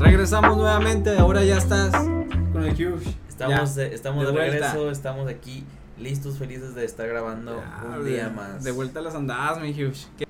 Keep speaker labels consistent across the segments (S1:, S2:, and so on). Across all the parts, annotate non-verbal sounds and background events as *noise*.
S1: regresamos nuevamente. Ahora ya estás con el Huge.
S2: Estamos,
S1: Ya,
S2: de, estamos
S1: de
S2: de,
S1: vuelta.
S2: regreso, estamos aquí listos, felices de estar grabando
S1: Ya,
S2: un
S1: de-
S2: día más.
S1: De vuelta a las andadas, mi Huge. ¿Qué-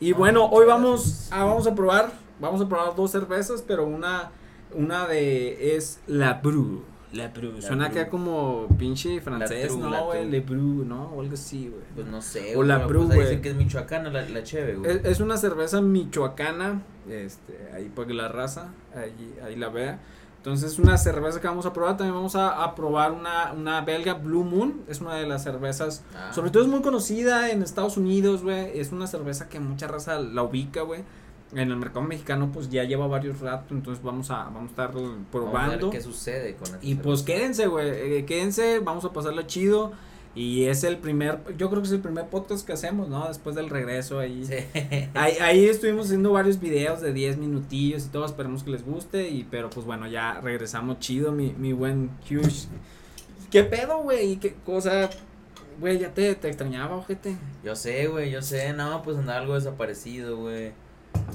S1: Y
S2: Ah,
S1: bueno, hoy vamos
S2: gracias.
S1: a, vamos a probar, vamos a probar dos cervezas, pero una, una de es La Bru. La Bru.
S2: La
S1: Suena
S2: Bru.
S1: acá como pinche francés,
S2: Tru, la
S1: ¿no, güey?
S2: Tru.
S1: Le Bru, ¿no? O algo así, güey.
S2: Pues no sé,
S1: O
S2: güey,
S1: la
S2: pero
S1: Bru,
S2: pues ahí
S1: güey.
S2: dicen que es michoacana la, la cheve, güey.
S1: Es, es una cerveza michoacana, este, ahí para que la raza, ahí, ahí la vea. Entonces, una cerveza que vamos a probar, también vamos a, a probar una, una belga Blue Moon, es una de las cervezas,
S2: Ah.
S1: sobre todo es muy conocida en Estados Unidos, güey, es una cerveza que mucha raza la ubica, güey. En el mercado mexicano, pues ya lleva varios ratos, entonces vamos a, vamos a estar
S2: Vamos a ver
S1: probando.
S2: qué sucede con esta
S1: Y pues
S2: cerveza.
S1: quédense, güey, eh, quédense, vamos a pasarla chido. Y es el primer, yo creo que es el primer podcast que hacemos, ¿no? Después del regreso ahí.
S2: *laughs* Sí.
S1: Ahí, ahí estuvimos haciendo varios videos de 10 minutillos y todo, esperemos que les guste, y pero pues bueno, ya regresamos chido, mi, mi buen Huge. ¿Qué pedo, güey? ¿Qué cosa? Güey, ya te, te extrañaba, ojete.
S2: Yo sé, güey, yo sé, no, pues andaba algo desaparecido, güey.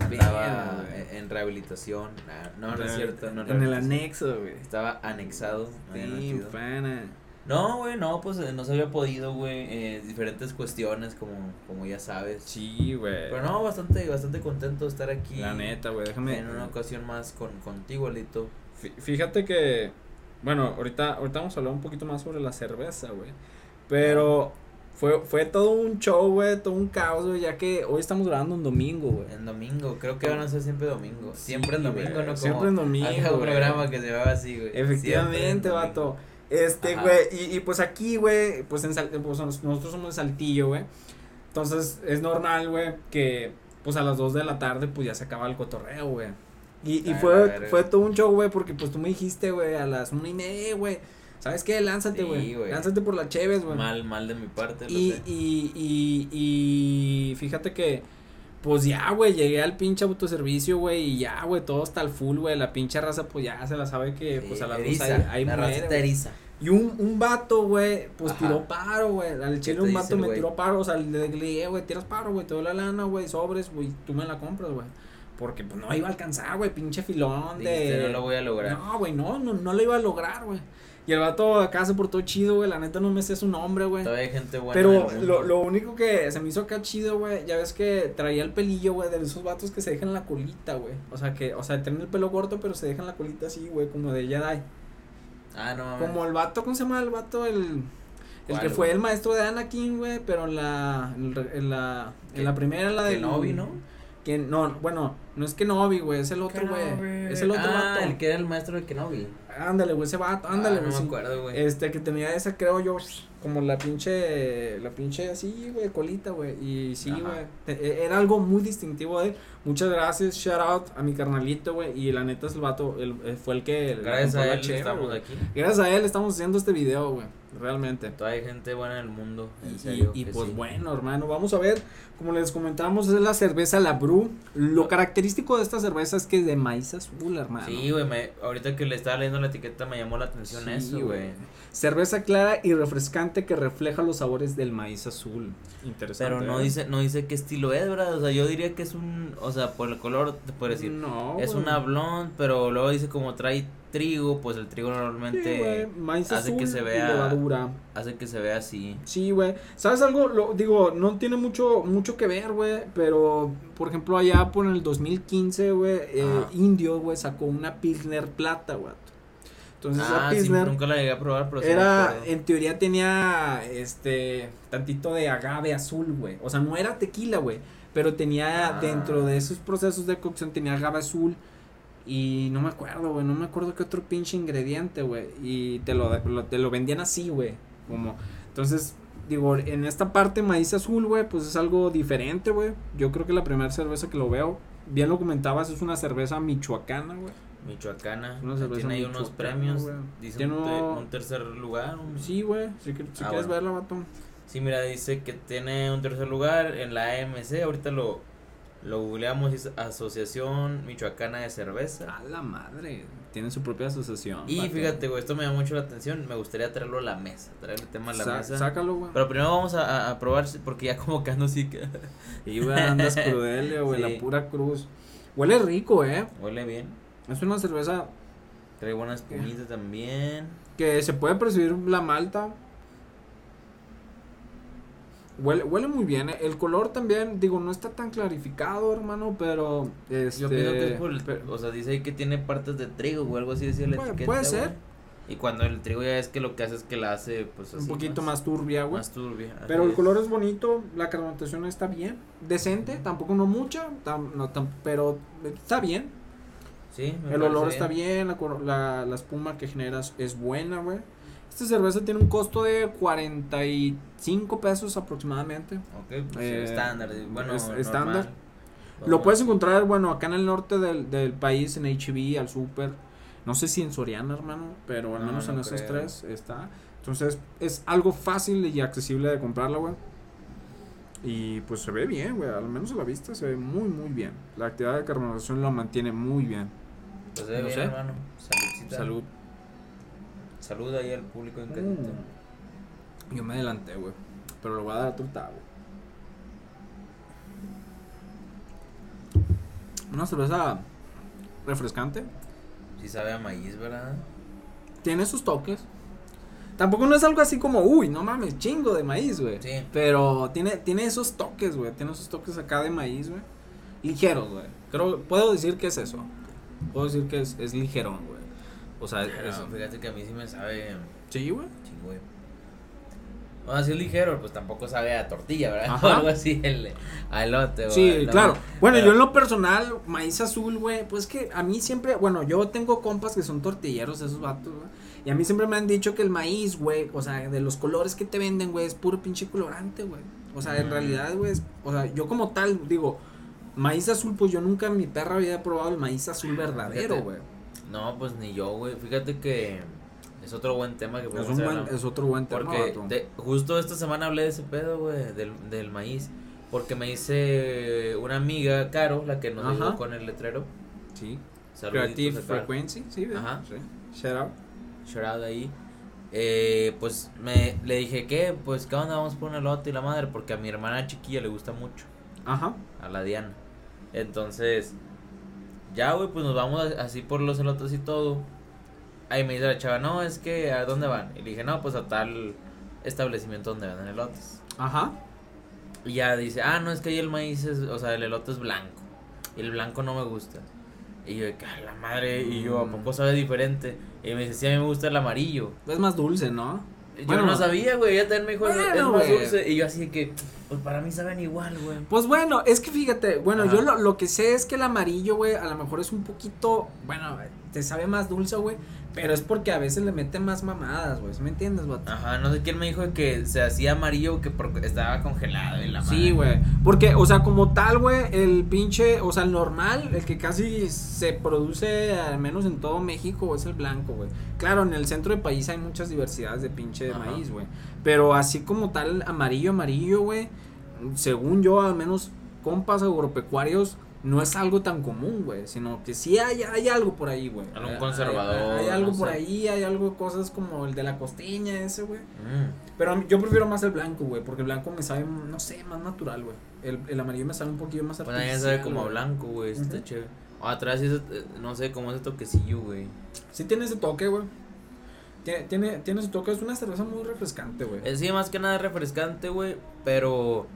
S1: Verga,
S2: Andaba
S1: güey.
S2: en, en rehabilitación. Nah, no, no es
S1: Re-
S2: cierto, no
S1: En el
S2: rehabilitación.
S1: anexo, güey.
S2: Estaba anexado. me habían
S1: Sí,
S2: metido.
S1: pana.
S2: No, güey, no, pues eh, no se había podido, güey, eh, diferentes cuestiones, como, como ya sabes.
S1: Sí, güey.
S2: Pero no, bastante, bastante contento de estar aquí.
S1: La neta, güey, déjame.
S2: En una ocasión más con, contigo, Lito.
S1: Fí- Fíjate que, bueno, ahorita, ahorita vamos a hablar un poquito más sobre la cerveza, güey. Pero fue, fue todo un show, güey, todo un caos, güey, ya que hoy estamos grabando un domingo, güey.
S2: En domingo, creo que van a ser siempre domingo.
S1: Sí,
S2: Siempre en domingo,
S1: güey,
S2: ¿no? Como
S1: siempre en domingo,
S2: había un
S1: güey.
S2: programa que se llamaba así, güey. Siempre
S1: Efectivamente,
S2: en
S1: vato.
S2: domingo.
S1: Este,
S2: Ajá.
S1: güey, y, y pues aquí, güey, pues, en Sal- pues nos- nosotros somos de Saltillo, güey. Entonces es normal, güey, que pues a las 2 de la tarde pues ya se acaba el cotorreo, güey. Y, y
S2: Ay, la
S1: fue,
S2: verga.
S1: fue todo un show, güey, porque pues tú me dijiste, güey, a las una y media, güey. ¿Sabes qué? Lánzate,
S2: Sí,
S1: güey.
S2: güey.
S1: Lánzate por las cheves, güey.
S2: Mal, mal de mi parte, lo
S1: Y,
S2: sé.
S1: y, y, y fíjate que, pues ya, güey, llegué al pinche autoservicio, güey, y ya, güey, todo está al full, güey, la pinche raza, pues ya se la sabe que,
S2: Sí,
S1: pues a las dos
S2: eriza,
S1: ahí, ahí
S2: la
S1: muere,
S2: racita
S1: güey.
S2: eriza.
S1: Y un, un vato, güey, pues
S2: Ajá.
S1: tiró paro, güey, al chile
S2: te
S1: un
S2: dice
S1: vato
S2: el
S1: me
S2: güey?
S1: tiró paro, o sea, le, le dije, "Eh, güey, tiras paro, güey, te doy la lana, güey, sobres, güey, tú me la compras, güey, porque, pues, no iba a alcanzar, güey, pinche filón de...
S2: Dijiste, no lo voy a lograr.
S1: No, güey, no, no, no lo iba a lograr, güey. Y el vato acá se portó chido, güey, la neta no me sé su nombre, güey.
S2: Todavía hay gente buena.
S1: Pero
S2: en el mundo.
S1: lo, lo único que se me hizo acá chido, güey, ya ves que traía el pelillo, güey, de esos vatos que se dejan la colita, güey. O sea, que, o sea, tienen el pelo corto, pero se dejan la colita así, güey, como de Jedi.
S2: Ah, no mames.
S1: Como el vato, ¿cómo se llama el vato? El, el
S2: ¿Cuál,
S1: que fue
S2: güey?
S1: el maestro de Anakin, güey, pero en la, en el re- en la, en la
S2: Que-
S1: primera, la de...
S2: Kenobi, ¿no?
S1: Que, no, bueno, no es Kenobi, güey, es el otro, güey. Es el otro
S2: ah,
S1: vato.
S2: el que era el maestro de Kenobi.
S1: Ándale, güey, ese vato, ándale,
S2: Ah,
S1: güey.
S2: No
S1: sí.
S2: me acuerdo, güey.
S1: Este, que tenía esa, creo yo, como la pinche, la pinche así, güey, colita, güey, y sí,
S2: Ajá.
S1: güey, te- e- era algo muy distintivo de él, muchas gracias, shout out a mi carnalito, güey, y la neta es el vato, el, eh, fue el que le
S2: Gracias
S1: compró
S2: a
S1: la
S2: él
S1: cheve,
S2: estamos
S1: güey.
S2: aquí.
S1: gracias a él estamos haciendo este video, güey, realmente,
S2: Todavía hay gente buena en el mundo. En
S1: y,
S2: serio.
S1: y- y
S2: que
S1: pues
S2: sí.
S1: bueno, hermano, vamos a ver, como les comentamos, es la cerveza La Bru, lo característico de esta cerveza es que es de maíz azul, hermano.
S2: Sí, güey, me- ahorita que le estaba leyendo la etiqueta me llamó la atención
S1: Sí,
S2: eso, güey.
S1: güey. Cerveza clara y refrescante que refleja los sabores del maíz azul. Interesante.
S2: Pero no
S1: ¿eh?
S2: dice, no dice qué estilo es, ¿verdad? O sea, yo diría que es un, o sea, por el color, te puedo decir,
S1: No,
S2: es
S1: güey.
S2: una blonde, pero luego dice como trae trigo, pues el trigo
S1: Sí, güey,
S2: normalmente
S1: maíz
S2: hace
S1: azul
S2: que se
S1: y
S2: vea-
S1: levadura.
S2: hace que se vea así.
S1: Sí, güey. ¿Sabes algo? Lo, digo, no tiene mucho mucho que ver, güey, pero por ejemplo allá por el 2015, güey, eh,
S2: Ajá.
S1: Indio, güey, sacó una Pilsner plata, güey. Entonces,
S2: ah,
S1: esa
S2: sí,
S1: Pilsner
S2: nunca la llegué a probar, pero sí me
S1: Era,
S2: acuerdo.
S1: en teoría tenía, este, tantito de agave azul, güey. O sea, no era tequila, güey. Pero tenía,
S2: Ah.
S1: dentro de esos procesos de cocción, tenía agave azul. Y no me acuerdo, güey. No me acuerdo qué otro pinche ingrediente, güey. Y te lo, lo- te lo vendían así, güey. Como, entonces, digo, en esta parte maíz azul, güey, pues es algo diferente, güey. Yo creo que la primera cerveza que lo veo, bien lo comentabas, es una cerveza michoacana, güey.
S2: Michoacana,
S1: Una
S2: que
S1: cerveza
S2: tiene ahí unos
S1: michoacana,
S2: premios,
S1: güey.
S2: dice
S1: Tiene
S2: un, te-
S1: uno-
S2: un tercer lugar. un- Sí.
S1: Sí, güey. Si, que- si
S2: Mm. Ah,
S1: quieres
S2: bueno.
S1: verla, vato.
S2: mira, dice que tiene un tercer lugar en la AMC, ahorita lo, lo googleamos, es Asociación Michoacana de Cerveza.
S1: A la madre. Tiene su propia asociación.
S2: Y
S1: vato.
S2: fíjate, güey, esto me llama mucho la atención. Me gustaría traerlo a la mesa, traer el tema a la
S1: Sa-
S2: mesa.
S1: Sácalo, güey.
S2: Pero primero vamos a, a- a probar, si- porque ya como que ando así que. *laughs*
S1: Y, güey, andas crudelia, güey,
S2: Sí.
S1: la pura cruz. Huele rico, eh.
S2: Huele bien.
S1: Es una cerveza
S2: Trae buena espumita también.
S1: que se puede percibir la malta. Huele, huele muy bien. eh. El color también, digo, no está tan clarificado, hermano, pero. Este,
S2: Yo pienso que es por el-
S1: pe-
S2: o sea, dice ahí que tiene partes de trigo o algo así decía la
S1: Puede-
S2: etiqueta,
S1: puede
S2: güey.
S1: ser.
S2: Y cuando el trigo ya es que lo que hace es que la hace pues
S1: un
S2: así
S1: poquito más, turbia, güey.
S2: más turbia. así
S1: Pero el
S2: es.
S1: color es bonito, la carbonatación está bien, decente, tampoco no mucha, tam- no, tam- pero está bien.
S2: Sí, me
S1: El
S2: parece
S1: olor está bien, la, cor- la, la espuma que generas es buena, güey. Esta cerveza tiene un costo de 45 pesos aproximadamente.
S2: Ok, pues,
S1: Eh,
S2: estándar, bueno,
S1: es-
S2: normal. Pues
S1: estándar. Lo
S2: Vamos.
S1: puedes encontrar, bueno, acá en el norte del, del país, en HB, al Super. No sé si en Soriana, hermano, pero al
S2: No,
S1: menos
S2: no
S1: en esos
S2: creo.
S1: tres está. Entonces, es algo fácil y accesible de comprarla, güey. Y pues se ve bien, güey. Al menos a la vista se ve muy, muy bien. La actividad de carbonatación lo mantiene muy bien.
S2: Pues se ve
S1: No
S2: bien,
S1: sé.
S2: hermano. Saludcita.
S1: Salud.
S2: Salud ahí al público en casita.
S1: Mm. Yo me adelanté, güey. Pero lo voy a dar a tu octavo. Una cerveza refrescante. Mm.
S2: Sí sabe a maíz, ¿verdad?
S1: tiene sus toques. Tampoco no es algo así como, uy, no mames, chingo de maíz, güey.
S2: Sí.
S1: Pero tiene, tiene esos toques, güey. Tiene esos toques acá de maíz, güey. Ligeros, güey. Creo, puedo decir que es eso. Puedo decir que es, es ligerón, güey. O sea, es-
S2: Pero
S1: es-
S2: fíjate que a mí sí me sabe
S1: sí, güey.
S2: chingo. de- O sea, si es ligero, pues tampoco sabe a tortilla, ¿verdad? *laughs*
S1: Ajá.
S2: O algo así, el, a elote. o
S1: Sí,
S2: a la-
S1: claro. Bueno,
S2: pero-
S1: yo en lo personal, maíz azul, güey, pues que a mí siempre, bueno, yo tengo compas que son tortilleros, esos vatos, güey. Y a mí siempre me han dicho que el maíz, güey, o sea, de los colores que te venden, güey, es puro pinche colorante, güey. O sea, en
S2: Mm.
S1: realidad, güey, es- o sea, yo como tal, digo, maíz azul, pues yo nunca en mi perra había probado el maíz azul verdadero,
S2: Fíjate,
S1: güey.
S2: No, pues ni yo, güey. Fíjate que es otro buen tema que
S1: Es,
S2: podemos
S1: un
S2: traer,
S1: buen-
S2: ¿no?
S1: es otro buen tema,
S2: Porque
S1: vato.
S2: te- justo esta semana hablé de ese pedo, güey, del, del maíz. Porque me hice una amiga, Caro, la que nos
S1: Ajá.
S2: ayudó con el letrero.
S1: Sí.
S2: Saluditos
S1: Creative
S2: a Caro.
S1: Frequency, sí, güey.
S2: Ajá.
S1: Sí. Shout out.
S2: shout out ahí. Eh, pues me, le dije que, pues, ¿qué onda? Vamos por un elote y la madre, porque a mi hermana chiquilla le gusta mucho,
S1: Ajá.
S2: a la Diana. Entonces, ya, güey, pues nos vamos a- así por los elotes y todo. Ahí me dice la chava, no, es que, ¿a dónde van? Y le dije, no, pues a tal establecimiento donde venden elotes.
S1: Ajá.
S2: Y ya dice, ah, no, es que ahí el maíz es, o sea, el elote es blanco. Y el blanco no me gusta. Y yo, de que, "A la madre, y yo, ¿a
S1: Mm.
S2: poco sabe diferente? Y me dice, sí, a mí me gusta el amarillo.
S1: Es más dulce, ¿no?
S2: Yo
S1: Bueno.
S2: no sabía, güey. Ella también me dijo, es- es
S1: Bueno,
S2: más
S1: güey.
S2: dulce. Y yo así de que, pues para mí saben igual, güey.
S1: Pues bueno, es que fíjate, bueno,
S2: Ajá.
S1: yo lo, lo que sé es que el amarillo, güey, a lo mejor es un poquito, bueno, te sabe más dulce, güey, pero es porque a veces le meten más mamadas, güey, ¿sí ¿me entiendes, vato?
S2: Ajá, no sé quién me dijo que se hacía amarillo que porque estaba congelado en la madre.
S1: Sí, güey, porque, o sea, como tal, güey, el pinche, o sea, el normal, el que casi se produce, al menos en todo México, es el blanco, güey. Claro, en el centro del país hay muchas diversidades de pinche de
S2: Ajá.
S1: maíz, güey, pero así como tal, amarillo, amarillo, güey, según yo, al menos compas agropecuarios, no es algo tan común, güey, sino que sí hay, hay algo por ahí, güey.
S2: Algún
S1: Hay-
S2: conservador,
S1: Hay, hay algo
S2: no
S1: por
S2: sé.
S1: ahí, hay algo, cosas como el de la costeña ese, güey.
S2: Mm.
S1: Pero a mí- yo prefiero más el blanco, güey, porque el blanco me sabe, no sé, más natural, güey. El, el amarillo me sabe un poquillo más
S2: Bueno,
S1: artificial.
S2: ya sabe como a
S1: güey.
S2: blanco, güey. Está
S1: Ujú.
S2: chévere. Atrás, ese, eh, no sé, como ese toquecillo, güey.
S1: Sí tiene ese toque, güey. Tiene, tiene, tiene su toque, es una cerveza muy refrescante, güey.
S2: Eh, Sí, más que nada refrescante, güey. Pero.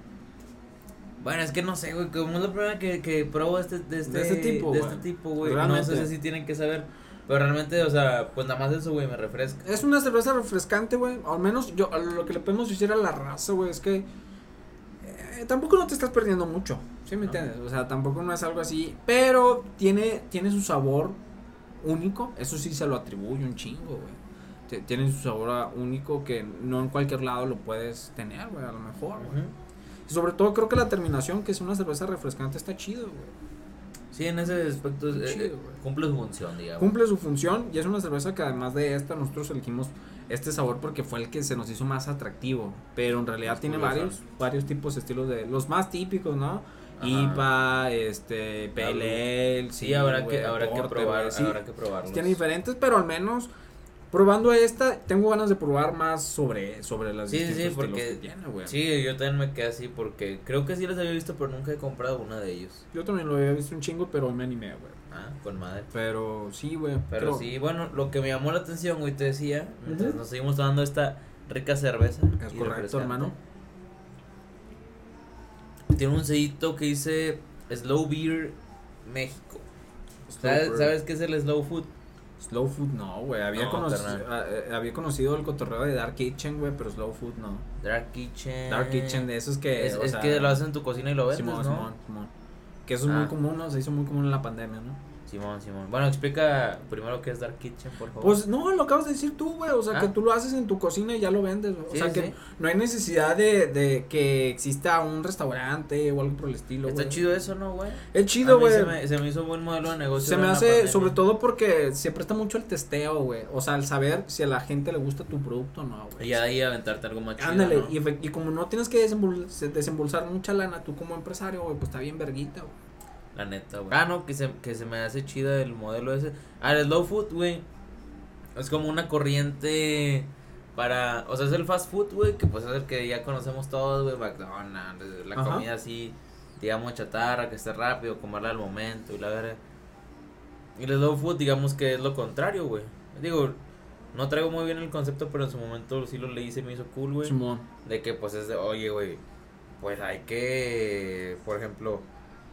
S2: Bueno, es que no sé, güey. Como es la primera que, que probo este, de, este,
S1: De este tipo,
S2: de
S1: güey.
S2: este tipo, güey. No
S1: Realmente.
S2: sé si tienen que saber. Pero realmente, o sea, pues nada más eso, güey, me refresca.
S1: Es una cerveza refrescante, güey. Al menos yo, a lo que le podemos decir a la raza, güey, es que eh, tampoco no te estás perdiendo mucho. ¿Sí me
S2: No.
S1: entiendes? O sea, tampoco no es algo así. Pero tiene, tiene su sabor único. Eso sí se lo atribuye un chingo, güey. Te- Tiene su sabor a- único que no en cualquier lado lo puedes tener, güey, a lo mejor, güey.
S2: Ujú.
S1: Y Sobre todo creo que la terminación, que es una cerveza refrescante, está chido, güey.
S2: Sí, en ese aspecto es-
S1: Qué
S2: eh,
S1: chido,
S2: eh,
S1: güey.
S2: cumple su función, digamos.
S1: Cumple su función y es una cerveza que además de esta nosotros elegimos este sabor porque fue el que se nos hizo más atractivo. Pero en realidad
S2: Los
S1: tiene
S2: curiosos.
S1: varios, varios tipos, estilos de... Los más típicos, ¿no?
S2: Ajá.
S1: IPA, este,
S2: Claro.
S1: PLL,
S2: Sí, habrá que, habrá que probar,
S1: sí.
S2: habrá que probarlos.
S1: Tiene diferentes, pero al menos Probando a esta, tengo ganas de probar más sobre, sobre las
S2: Sí, sí,
S1: distintos
S2: sí, porque-
S1: estilos que tiene, güey.
S2: Sí, yo también me quedé así porque creo que sí los había visto, pero nunca he comprado uno de ellos.
S1: Yo también lo había visto un chingo, pero me animé, güey.
S2: Ah, con madre.
S1: Pero sí, güey.
S2: Pero
S1: creo-
S2: sí, bueno, lo que me llamó la atención, güey, te decía, mientras
S1: Ujú.
S2: nos seguimos tomando esta rica cerveza.
S1: Es
S2: y
S1: correcto,
S2: refrescante,
S1: hermano.
S2: Tiene un sellito que dice Slow Beer México.
S1: Slow
S2: ¿Sabes,
S1: Bird.
S2: ¿sabes qué es el slow food?
S1: Slow Food no, güey. Había,
S2: No,
S1: conocido,
S2: carnal.
S1: había conocido el cotorreo de Dark Kitchen, güey, pero Slow Food no.
S2: Dark Kitchen.
S1: Dark Kitchen de esos que.
S2: Eh, Es,
S1: o
S2: es
S1: sea,
S2: que lo hacen en tu cocina y lo vendes,
S1: Simón,
S2: ¿no?
S1: Simón,
S2: Simón.
S1: Simón. Que eso es
S2: Ah.
S1: muy común, ¿no? Se hizo muy común en la pandemia, ¿no?
S2: Simón, Bueno, explica primero qué es Dark Kitchen, por favor.
S1: Pues no, lo acabas de decir tú, güey. O sea,
S2: Ah.
S1: que tú lo haces en tu cocina y ya lo vendes. güey. O
S2: Sí,
S1: sea,
S2: sí,
S1: que
S2: sí.
S1: no hay necesidad de, de que exista un restaurante o algo por el estilo.
S2: Está
S1: güey.
S2: chido eso, ¿no, güey?
S1: Es chido,
S2: A mí
S1: güey.
S2: Se me, se me hizo un buen modelo de negocio.
S1: Se me
S2: en la
S1: hace,
S2: pandemia.
S1: sobre todo porque se presta mucho el testeo, güey. O sea, el saber si a la gente le gusta tu producto o no,
S2: Y
S1: güey.
S2: ya de ahí aventarte algo más chido.
S1: Ándale,
S2: ¿no?
S1: y, efe- y como no tienes que desembol- se- desembolsar mucha lana tú como empresario, güey, pues está bien verguita, güey.
S2: La neta, güey. Ah, no, que se, que se me hace chida el modelo ese. Ah, el slow food, güey. Es como una corriente para. O sea, es el fast food, güey. Que pues es el que ya conocemos todos, güey. McDonald's, la
S1: Ajá.
S2: comida así, digamos, chatarra, que esté rápido, comerla al momento y la verga. Y el slow food, digamos que es lo contrario, güey. Digo, no traigo muy bien el concepto, pero en su momento sí lo leí y se me hizo cool, güey.
S1: Simón.
S2: De que pues es de, oye, güey, pues hay que, por ejemplo,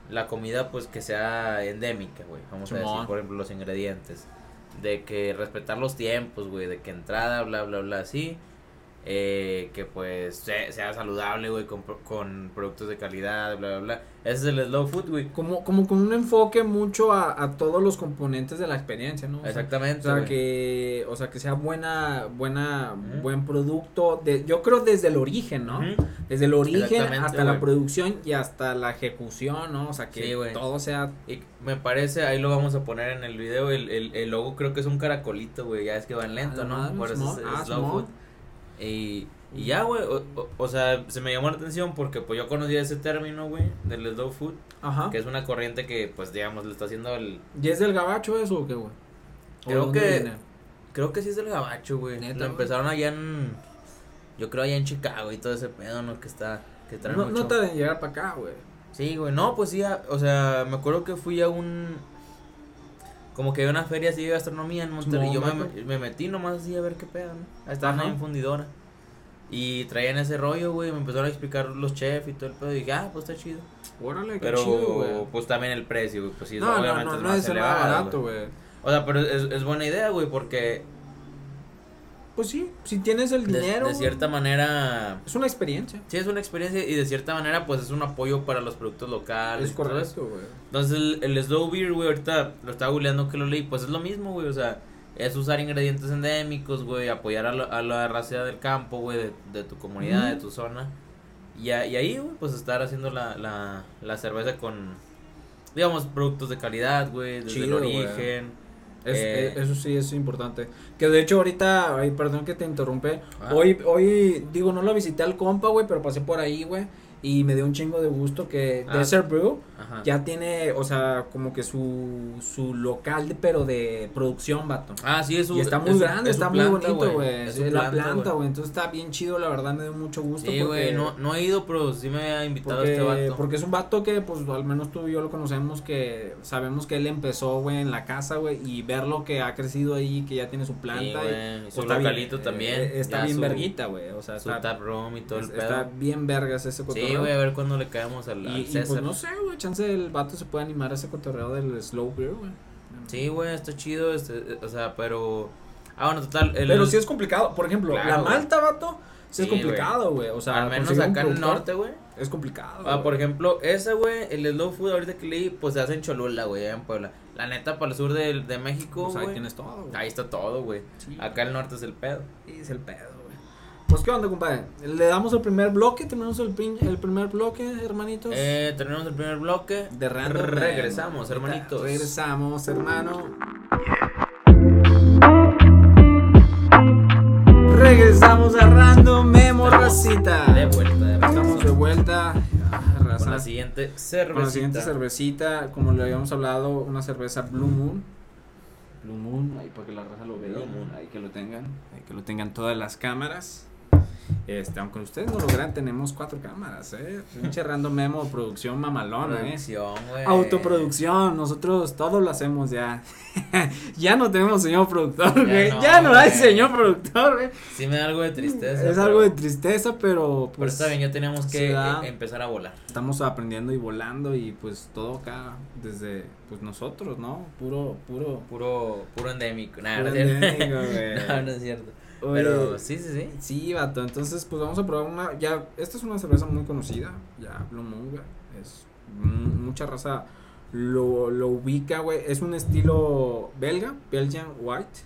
S2: la comida pues que sea endémica, güey. Vamos a decir,
S1: Simón.
S2: por ejemplo, los ingredientes. De que respetar los tiempos, güey, de que entrada, bla, bla, bla, así. Eh, que pues se- sea saludable, güey, con, pro- con productos de calidad, bla, bla, bla. Ese es el slow food, güey.
S1: Como, como con un enfoque mucho a, a todos los componentes de la experiencia, ¿no? O sea,
S2: Exactamente.
S1: O sea
S2: güey.
S1: que, o sea que sea buena, buena,
S2: Ujú.
S1: buen producto. De, yo creo desde el origen, ¿no?
S2: Ujú.
S1: Desde el origen
S2: Exactamente,
S1: hasta la
S2: güey.
S1: producción y hasta la ejecución, ¿no? O sea que
S2: Sí, güey.
S1: todo sea.
S2: Y me parece, ahí lo vamos a poner en el video, el, el, el logo creo que es un caracolito, güey, ya es que van lento,
S1: Ah, la
S2: ¿no?
S1: madre,
S2: Por eso es,
S1: Simón.
S2: es
S1: Ah,
S2: slow
S1: Simón.
S2: food. Y, y ya, güey, o, o- o sea, se me llamó la atención porque pues yo conocía ese término, güey, del slow food,
S1: Ajá.
S2: que es una corriente que, pues, digamos, le está haciendo el...
S1: ¿Y es del gabacho eso o qué, güey? ¿O
S2: Creo
S1: dónde
S2: que-
S1: viene?
S2: Creo que sí es del gabacho, güey.
S1: Neta,
S2: Lo
S1: güey.
S2: empezaron allá en... Yo creo allá en Chicago y todo ese pedo, ¿no? Que está... Que traen
S1: No,
S2: mucho.
S1: no tardan en llegar para acá, güey.
S2: Sí, güey, no, pues sí, a- o sea, me acuerdo que fui a un... Como que había una feria así de gastronomía en Monterrey. y Yo me,
S1: Simón,
S2: me metí nomás así a ver qué pedo, ¿no? Estaban
S1: Ajá.
S2: ahí en fundidora. Y traían ese rollo, güey. Me empezaron a explicar los chefs y todo el pedo. Y dije, ah, pues está chido.
S1: Órale, qué
S2: Pero,
S1: chido, güey.
S2: pues también el precio, güey. Pues sí,
S1: No, no,
S2: obviamente
S1: no,
S2: es
S1: no
S2: más
S1: es nada
S2: elevado,
S1: barato,
S2: güey.
S1: güey.
S2: O sea, pero es, es buena idea, güey, porque
S1: Pues sí, si tienes el
S2: de,
S1: dinero.
S2: de cierta manera.
S1: Es una experiencia.
S2: Sí, es una experiencia y de cierta manera, pues es un apoyo para los productos locales.
S1: Es
S2: y todo eso.
S1: correcto, güey.
S2: Entonces el, el slow beer, güey, ahorita lo estaba googleando que lo leí, pues es lo mismo, güey, o sea, es usar ingredientes endémicos, güey, apoyar a, la- a la raza del campo, güey, de, de tu comunidad, de
S1: Ujú.
S2: tu zona. Y, a- y ahí, güey, pues estar haciendo la, la, la cerveza con, digamos, productos de calidad, güey, desde
S1: Chido,
S2: el
S1: güey.
S2: origen.
S1: Es-
S2: Eh.
S1: e- eso sí es importante. Que de hecho ahorita, ay, perdón que te interrumpe.
S2: Ah.
S1: Hoy, hoy, digo, no lo visité al compa, güey, pero pasé por ahí, güey. Y me dio un chingo de gusto que
S2: Ah.
S1: Desert Brew
S2: Ajá.
S1: ya tiene, o sea, como que su, su local, de- pero de producción, vato.
S2: Ah, sí, es un-
S1: y está muy
S2: es un-
S1: grande,
S2: es su
S1: está
S2: planta,
S1: muy bonito, güey.
S2: Es
S1: Es
S2: su
S1: la
S2: güey.
S1: planta, güey. Entonces está bien chido, la verdad, me dio mucho gusto.
S2: Sí,
S1: porque,
S2: güey, no, no he ido, pero sí me había invitado
S1: porque,
S2: este vato.
S1: porque es un vato que, pues, al menos tú y yo lo conocemos, que sabemos que él empezó, güey, en la casa, güey, y verlo que ha crecido ahí, que ya tiene su planta.
S2: Sí,
S1: y,
S2: güey,
S1: pues,
S2: su
S1: está bien,
S2: localito
S1: eh,
S2: también.
S1: está
S2: ya
S1: bien
S2: su-
S1: verguita, güey, o sea,
S2: Su
S1: está,
S2: tap room y todo el
S1: es-
S2: pedo.
S1: está bien vergas ese cotorreo.
S2: Sí, güey, a ver cuándo le caemos al, al
S1: Y, y,
S2: César.
S1: pues, no sé, güey, chance el vato se puede animar a ese cotorreo del slow beer, güey.
S2: Sí, güey, está chido, este, o sea, pero... Ah, bueno, total, el,
S1: Pero sí es complicado, por ejemplo,
S2: Claro,
S1: la
S2: güey.
S1: malta, vato, sí,
S2: Sí,
S1: es complicado, güey, o sea,
S2: al menos
S1: conseguir un
S2: acá en el
S1: productor
S2: norte, güey.
S1: Es complicado.
S2: Ah,
S1: güey.
S2: por ejemplo, ese, güey, el slow food ahorita que leí, pues se hace en Cholula, güey, allá en Puebla. La neta, para el sur de, de México,
S1: Pues ahí
S2: güey,
S1: tienes todo, güey.
S2: ahí está todo, güey.
S1: Sí.
S2: Acá el norte es el pedo.
S1: Sí, es el pedo, güey. Pues qué onda, compadre. Le damos el primer bloque, terminamos el, pin- el primer bloque, hermanitos.
S2: Eh, terminamos el primer bloque.
S1: de random.
S2: Regresamos,
S1: Ahorita
S2: hermanitos.
S1: Regresamos, hermano. Regresamos a Random Memo
S2: Estamos
S1: Racita.
S2: De vuelta, de
S1: Estamos de
S2: regreso.
S1: vuelta. Ah, raza.
S2: Con la siguiente cervecita.
S1: Con la siguiente cervecita, como le habíamos hablado, una cerveza Blue Moon. Blue Moon, ahí para que la raza lo vea, ahí que lo tengan, ahí que lo tengan todas las cámaras. Este, aunque ustedes no lo vean, tenemos cuatro cámaras, *laughs* eh. Pinche random memo, producción mamalona, eh.
S2: Producción, güey.
S1: Autoproducción, nosotros todo lo hacemos ya. *laughs* ya no tenemos señor productor,
S2: Ya
S1: güey.
S2: no,
S1: Ya no, hay
S2: güey.
S1: señor productor, güey.
S2: Sí me da algo de tristeza.
S1: Es
S2: pero-
S1: algo de tristeza, pero
S2: Pero
S1: pues
S2: está bien, ya teníamos que
S1: se da.
S2: eh, empezar a volar.
S1: estamos aprendiendo y volando y pues todo acá desde pues nosotros, ¿no? Puro, puro.
S2: Puro, puro endémico. Nah,
S1: Puro
S2: Ah, no es cierto.
S1: endémico, güey.
S2: *laughs* no, no es cierto.
S1: Oye,
S2: Pero sí, sí, sí.
S1: Sí, vato, entonces pues vamos a probar una, ya, esta es una cerveza muy conocida, ya, Blue Moon, güey, es, mm, mucha raza lo, lo ubica, güey, es un estilo belga, Belgian White,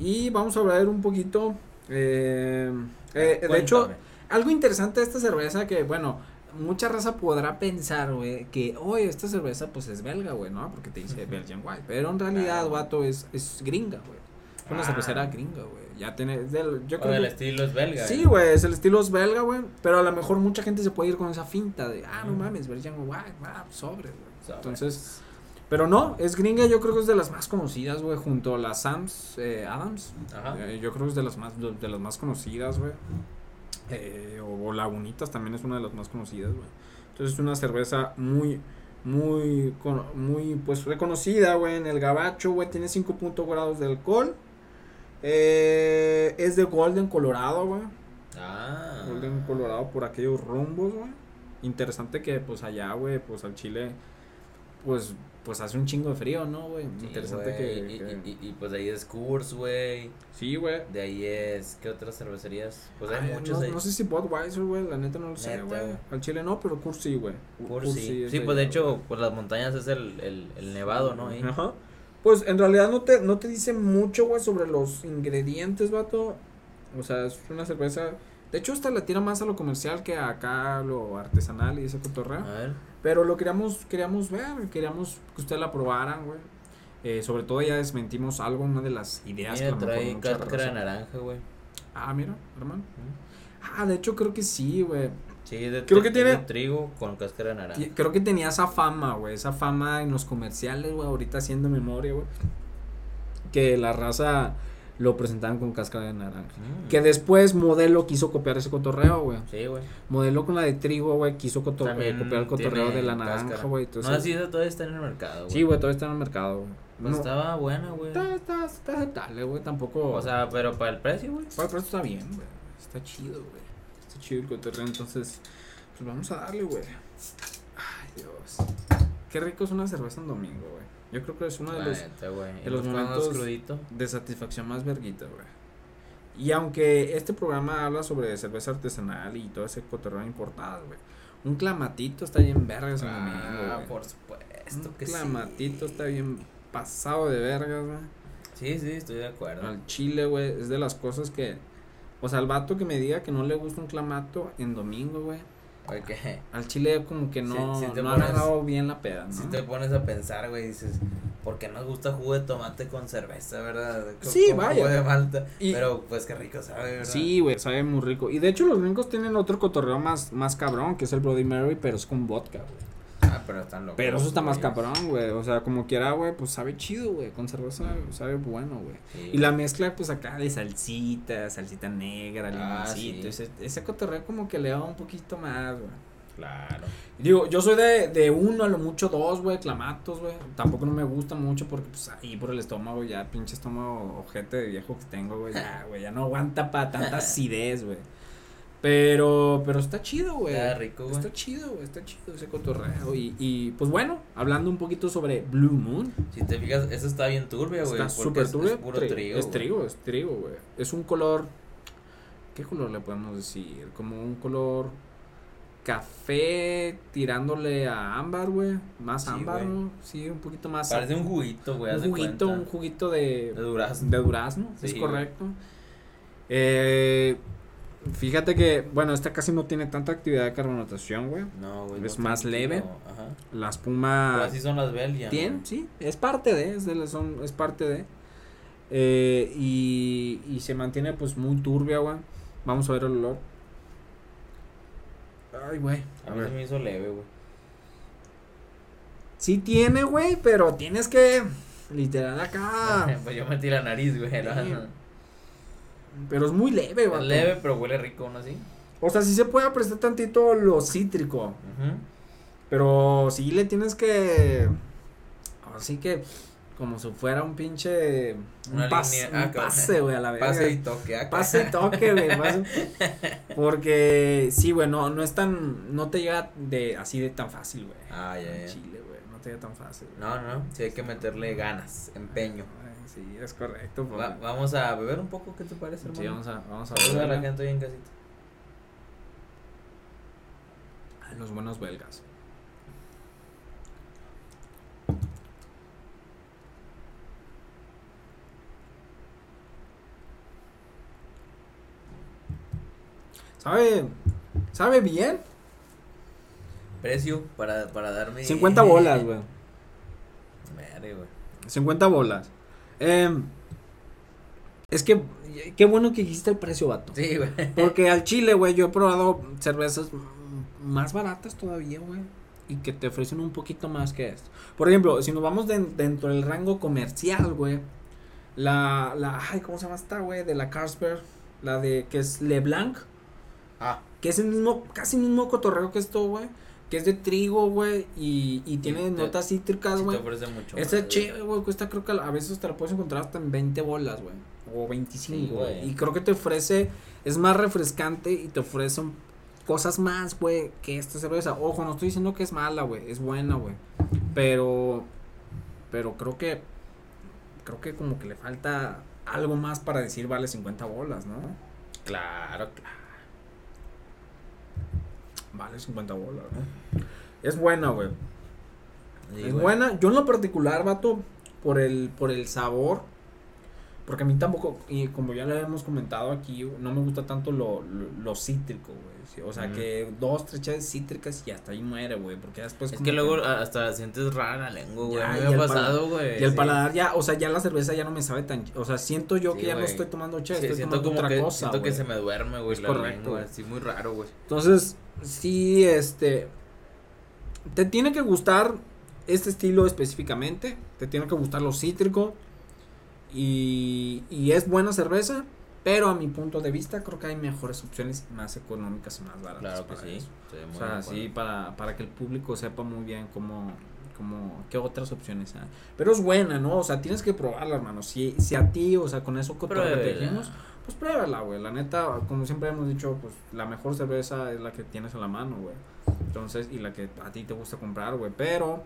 S1: y vamos a hablar un poquito, eh, eh, de hecho,
S2: Cuéntame.
S1: algo interesante de esta cerveza que, bueno, mucha raza podrá pensar, güey, que, oye, esta cerveza pues es belga, güey, ¿no? Porque te dice
S2: Ujú.
S1: Belgian White, pero en realidad,
S2: Claro.
S1: vato, es, es gringa, güey. Fue Una
S2: Ah.
S1: cervecera gringa, güey. Ya tiene. es del- yo
S2: O
S1: creo
S2: del
S1: que-
S2: estilo es belga.
S1: Sí,
S2: eh.
S1: güey, es el estilo es belga, güey. Pero a lo mejor mucha gente se puede ir con esa finta de, ah, no
S2: Ujú.
S1: mames, Belgian White, ah, sobre, güey.
S2: Sobre.
S1: Entonces. Pero no, es gringa, yo creo que es de las más conocidas, güey, junto a la Sam's eh, Adams.
S2: Ajá.
S1: Eh, yo creo que es de las más, de, de las más conocidas, güey. Eh, o, o Lagunitas también es una de las más conocidas, güey. Entonces es una cerveza muy, muy, con- muy, pues reconocida, güey, en el gabacho, güey. Tiene 5.0 grados de alcohol. Eh, es de Golden, Colorado, güey.
S2: Ah.
S1: Golden, Colorado por aquellos rumbos, güey. Interesante que, pues allá, güey, pues al Chile, pues, pues hace un chingo de frío, ¿no, güey?
S2: Sí,
S1: Interesante
S2: güey,
S1: que,
S2: Y,
S1: que-
S2: y- y- y, pues de ahí es Coors, güey.
S1: Sí, güey.
S2: De ahí es. ¿Qué otras cervecerías? Pues hay
S1: Ay,
S2: muchas
S1: Ah, no,
S2: ahí.
S1: no sé si Budweiser, güey, la neta no lo sé,
S2: Neta,
S1: güey.
S2: güey.
S1: Al chile no, pero Coors sí, güey.
S2: Coors, sí.
S1: es
S2: Sí, pues de
S1: allá,
S2: hecho, pues las montañas es el, el, el nevado, ¿no?
S1: güey.
S2: Ahí.
S1: Ajá. Pues en realidad no te, no te dice mucho, güey, sobre los ingredientes, vato. O sea, es una cerveza. De hecho, esta la tira más a lo comercial que a acá lo artesanal y ese cotorreo.
S2: A ver.
S1: Pero lo queríamos, queríamos ver, queríamos que ustedes la probaran, güey. Eh, sobre todo ya desmentimos algo, una de las ideas que a
S2: Mira,
S1: lo mejor
S2: trae
S1: mucha
S2: cáscara de
S1: raza-
S2: naranja, güey. ¿Mm?
S1: Ah, mira, hermano. Ah, de hecho creo que sí, güey.
S2: Sí, de,
S1: Creo
S2: tri-
S1: que tiene-
S2: de trigo con cáscara de naranja.
S1: Y Creo que tenía esa fama, güey, esa fama en los comerciales, güey, ahorita haciendo memoria, güey. Que la raza lo presentaban con cáscara de naranja.
S2: Mm.
S1: Que después Modelo quiso copiar ese cotorreo, güey.
S2: Sí, güey.
S1: Modelo con la de trigo, güey, quiso coto- eh,
S2: También
S1: copiar el cotorreo
S2: tiene
S1: de la
S2: cáscara.
S1: naranja, güey. entonces-
S2: No, sí, esa todavía está en el mercado, güey.
S1: Sí, güey, todavía está en el mercado, güey.
S2: Pues
S1: No,
S2: estaba buena, güey.
S1: está, está, está aceptable, güey, tampoco.
S2: O sea, pero para el precio, güey.
S1: Bueno, pero esto está bien, güey. Está chido, güey. Está chido el cotorreo, entonces. Pues vamos a darle, güey. Ay, Dios. Qué rico es una cerveza en domingo, güey. Yo creo que es uno de
S2: La
S1: los
S2: neta, güey.
S1: de
S2: Y
S1: los
S2: los momentos
S1: momentos-
S2: crudito.
S1: de satisfacción más verguita, güey. Y aunque este programa habla sobre cerveza artesanal y todo ese cotorreo importado, güey. Un clamatito está bien vergas en domingo,
S2: Ah,
S1: güey.
S2: por supuesto
S1: Un
S2: que sí.
S1: clamatito está bien pasado de vergas, güey.
S2: Sí, sí, estoy de acuerdo.
S1: Al chile, güey, es de las cosas que. O sea, al vato que me diga que no le gusta un clamato en domingo, güey.
S2: Porque
S1: Al chile, como que no,
S2: Si- si te
S1: no ha
S2: pones-
S1: agarrado bien la peda, ¿no?
S2: si te pones a pensar, güey, dices, ¿por qué nos gusta jugo de tomate con cerveza, verdad? Con-
S1: Sí,
S2: con
S1: vaya.
S2: Jugo de malta.
S1: Y-
S2: Pero pues qué rico sabe, ¿verdad?
S1: Sí, güey, sabe muy rico. Y de hecho, los gringos tienen otro cotorreo más, más cabrón, que es el Bloody Mary, pero es con vodka, güey.
S2: Ah, pero están locos.
S1: Pero eso está más
S2: güey.
S1: cabrón, güey. O sea, como quiera, güey, pues sabe chido, güey. Con cerveza sabe bueno, güey.
S2: Sí.
S1: Y la mezcla, pues acá de salsita, salsita negra,
S2: Ah,
S1: limoncito.
S2: sí.
S1: Ese, ese cotorreo, como que le da un poquito más, güey.
S2: Claro.
S1: Digo, yo soy de, de uno a lo mucho dos, güey, clamatos, güey. Tampoco no me gusta mucho porque, pues, ahí por el estómago, ya, pinche estómago ojete de viejo que tengo, güey. Ya, güey, ya no aguanta para
S2: *laughs*
S1: tanta acidez, güey. Pero, pero está chido, güey.
S2: Está rico, güey.
S1: Está chido, güey, está chido ese cotorreo. Y, y, pues, bueno, hablando un poquito sobre Blue Moon.
S2: Si te fijas, eso está bien turbia, güey.
S1: está
S2: porque
S1: súper
S2: es-
S1: turbio.
S2: Es puro
S1: tri-
S2: trigo.
S1: Es
S2: güey.
S1: trigo, es trigo, güey. Es un color, ¿qué color le podemos decir? Como un color café tirándole a ámbar, güey. Más
S2: Sí,
S1: ámbar,
S2: güey.
S1: ¿no? Sí, un poquito más.
S2: Parece un juguito, güey.
S1: un
S2: haz de
S1: juguito,
S2: cuenta.
S1: un juguito
S2: De
S1: de,
S2: durazno.
S1: de durazno, es
S2: Sí,
S1: correcto. Eh, fíjate que, bueno, esta casi no tiene tanta actividad de carbonatación, güey.
S2: No, güey.
S1: Es
S2: no
S1: más
S2: tiene
S1: leve. Ah,
S2: trigo, Ajá.
S1: La espuma...
S2: Pero así son las belgias.
S1: Bien,
S2: güey.
S1: sí, es parte de, es, de la- son- es parte de. Eh, y, y se mantiene pues muy turbia, güey. Vamos a ver el olor. Ay, güey.
S2: A mí se me hizo leve, güey.
S1: Sí tiene, güey, pero tienes que literal acá.
S2: *laughs* pues yo metí la nariz, güey. ¿no?
S1: Ah. Sí, Pero es muy leve,
S2: Es
S1: vato.
S2: leve, pero huele rico, ¿no? Así.
S1: O sea, sí se puede apreciar tantito lo cítrico.
S2: Ujú.
S1: Pero sí le tienes que. Así que. Como si fuera un pinche. Un,
S2: Una
S1: pas-
S2: línea-
S1: un
S2: ah, cabrón.
S1: pase, güey, a la verga.
S2: *laughs* Pase y toque. acá.
S1: Pase y toque, güey. pase. Porque sí, güey, no, no es tan. No te llega de así de tan fácil, güey.
S2: *laughs* Ah, ya, ya.
S1: Chile, güey. No te llega tan fácil. güey.
S2: No, no, sí hay que meterle ganas, empeño.
S1: Ay, Sí, es correcto,
S2: Va-
S1: porque-
S2: vamos a beber un poco, ¿qué te parece,
S1: Sí,
S2: hermano?
S1: vamos a, vamos a
S2: Saluda a la
S1: ver
S2: gente hoy en casita.
S1: a los buenos belgas. ¿Sabe? ¿Sabe bien?
S2: Precio para, para darme.
S1: 50 bolas, güey.
S2: *laughs* Madre, güey.
S1: 50 bolas. Em, es que, qué bueno que dijiste el precio, vato.
S2: Sí, güey.
S1: Porque al chile, güey, yo he probado cervezas mm, más baratas todavía, güey. Y que te ofrecen un poquito más que esto. Por ejemplo, si nos vamos den- dentro del rango comercial, güey. La, la, ay, ¿cómo se llama esta, güey? De la Carlsberg. La de, que es Leblanc.
S2: Ah,
S1: Que es el mismo, casi mismo cotorreo que esto, güey. Que es de trigo, güey. Y, y tiene
S2: te-
S1: notas cítricas,
S2: sí te
S1: güey.
S2: ofrece mucho.
S1: Esta es
S2: más,
S1: chévere, güey, cuesta creo que a veces te la puedes encontrar hasta en 20 bolas, güey. O 25,
S2: Sí,
S1: güey.
S2: güey.
S1: y creo que te ofrece, es más refrescante y te ofrecen cosas más, güey, que esta cerveza. Ojo, no estoy diciendo que es mala, güey, es buena, güey. Pero, pero creo que, creo que como que le falta algo más para decir vale 50 bolas, ¿no?
S2: Claro, claro.
S1: Vale 50 bolas, ¿no? Es buena, güey.
S2: Sí,
S1: es
S2: güey.
S1: buena. Yo en lo particular, vato, por el, por el sabor. Porque a mí tampoco, y como ya lo habíamos comentado aquí, no me gusta tanto lo, lo, lo cítrico, güey. Sí, O sea,
S2: Mm.
S1: que dos, tres chaves cítricas y hasta ahí muere, güey. Porque ya después.
S2: Es
S1: como
S2: que luego a- hasta sientes rara la lengua, güey.
S1: Ya,
S2: A mí
S1: y
S2: me ha
S1: el
S2: pasado, güey.
S1: Y el
S2: eh, sí.
S1: paladar ya, o sea, ya la cerveza ya no me sabe tan. O sea, siento yo
S2: Sí,
S1: que ya no
S2: güey.
S1: estoy tomando
S2: Sí,
S1: cheve, estoy
S2: siento
S1: tomando
S2: como
S1: otra
S2: que,
S1: cosa.
S2: siento que
S1: güey.
S2: se me duerme, güey,
S1: Es
S2: la
S1: correcto,
S2: lengua.
S1: güey. Ah,
S2: Así muy raro, güey.
S1: Entonces, sí, este. Te tiene que gustar este estilo específicamente. Te tiene que gustar lo cítrico. Y, y es buena cerveza. Pero a mi punto de vista, creo que hay mejores opciones más económicas y más baratas.
S2: Claro que
S1: para
S2: sí.
S1: eso.
S2: estoy muy
S1: O
S2: de
S1: sea,
S2: acuerdo.
S1: sí, para, para que el público sepa muy bien cómo, cómo, qué otras opciones hay. Pero es buena, ¿no? O sea, tienes que probarla, hermano. Si, si a ti, o sea, con eso que te
S2: Pruébela.
S1: dijimos, pues pruébala, güey. La neta, como siempre hemos dicho, pues la mejor cerveza es la que tienes a la mano, güey. Entonces, y la que a ti te gusta comprar, güey. Pero,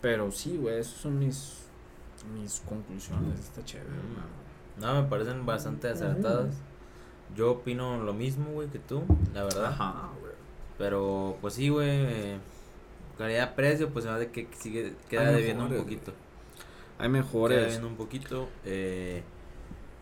S1: pero sí, güey, esas son mis, mis conclusiones. Está chévere,
S2: Mm.
S1: hermano.
S2: No, me parecen bastante acertadas. Yo opino lo mismo, güey, que tú, la verdad.
S1: Ajá, güey.
S2: Pero, pues sí, güey. eh, Calidad-precio, pues además de que sigue, queda
S1: Hay
S2: debiendo un
S1: mejores,
S2: poquito.
S1: Hay
S2: Queda
S1: mejores.
S2: debiendo un poquito. Eh,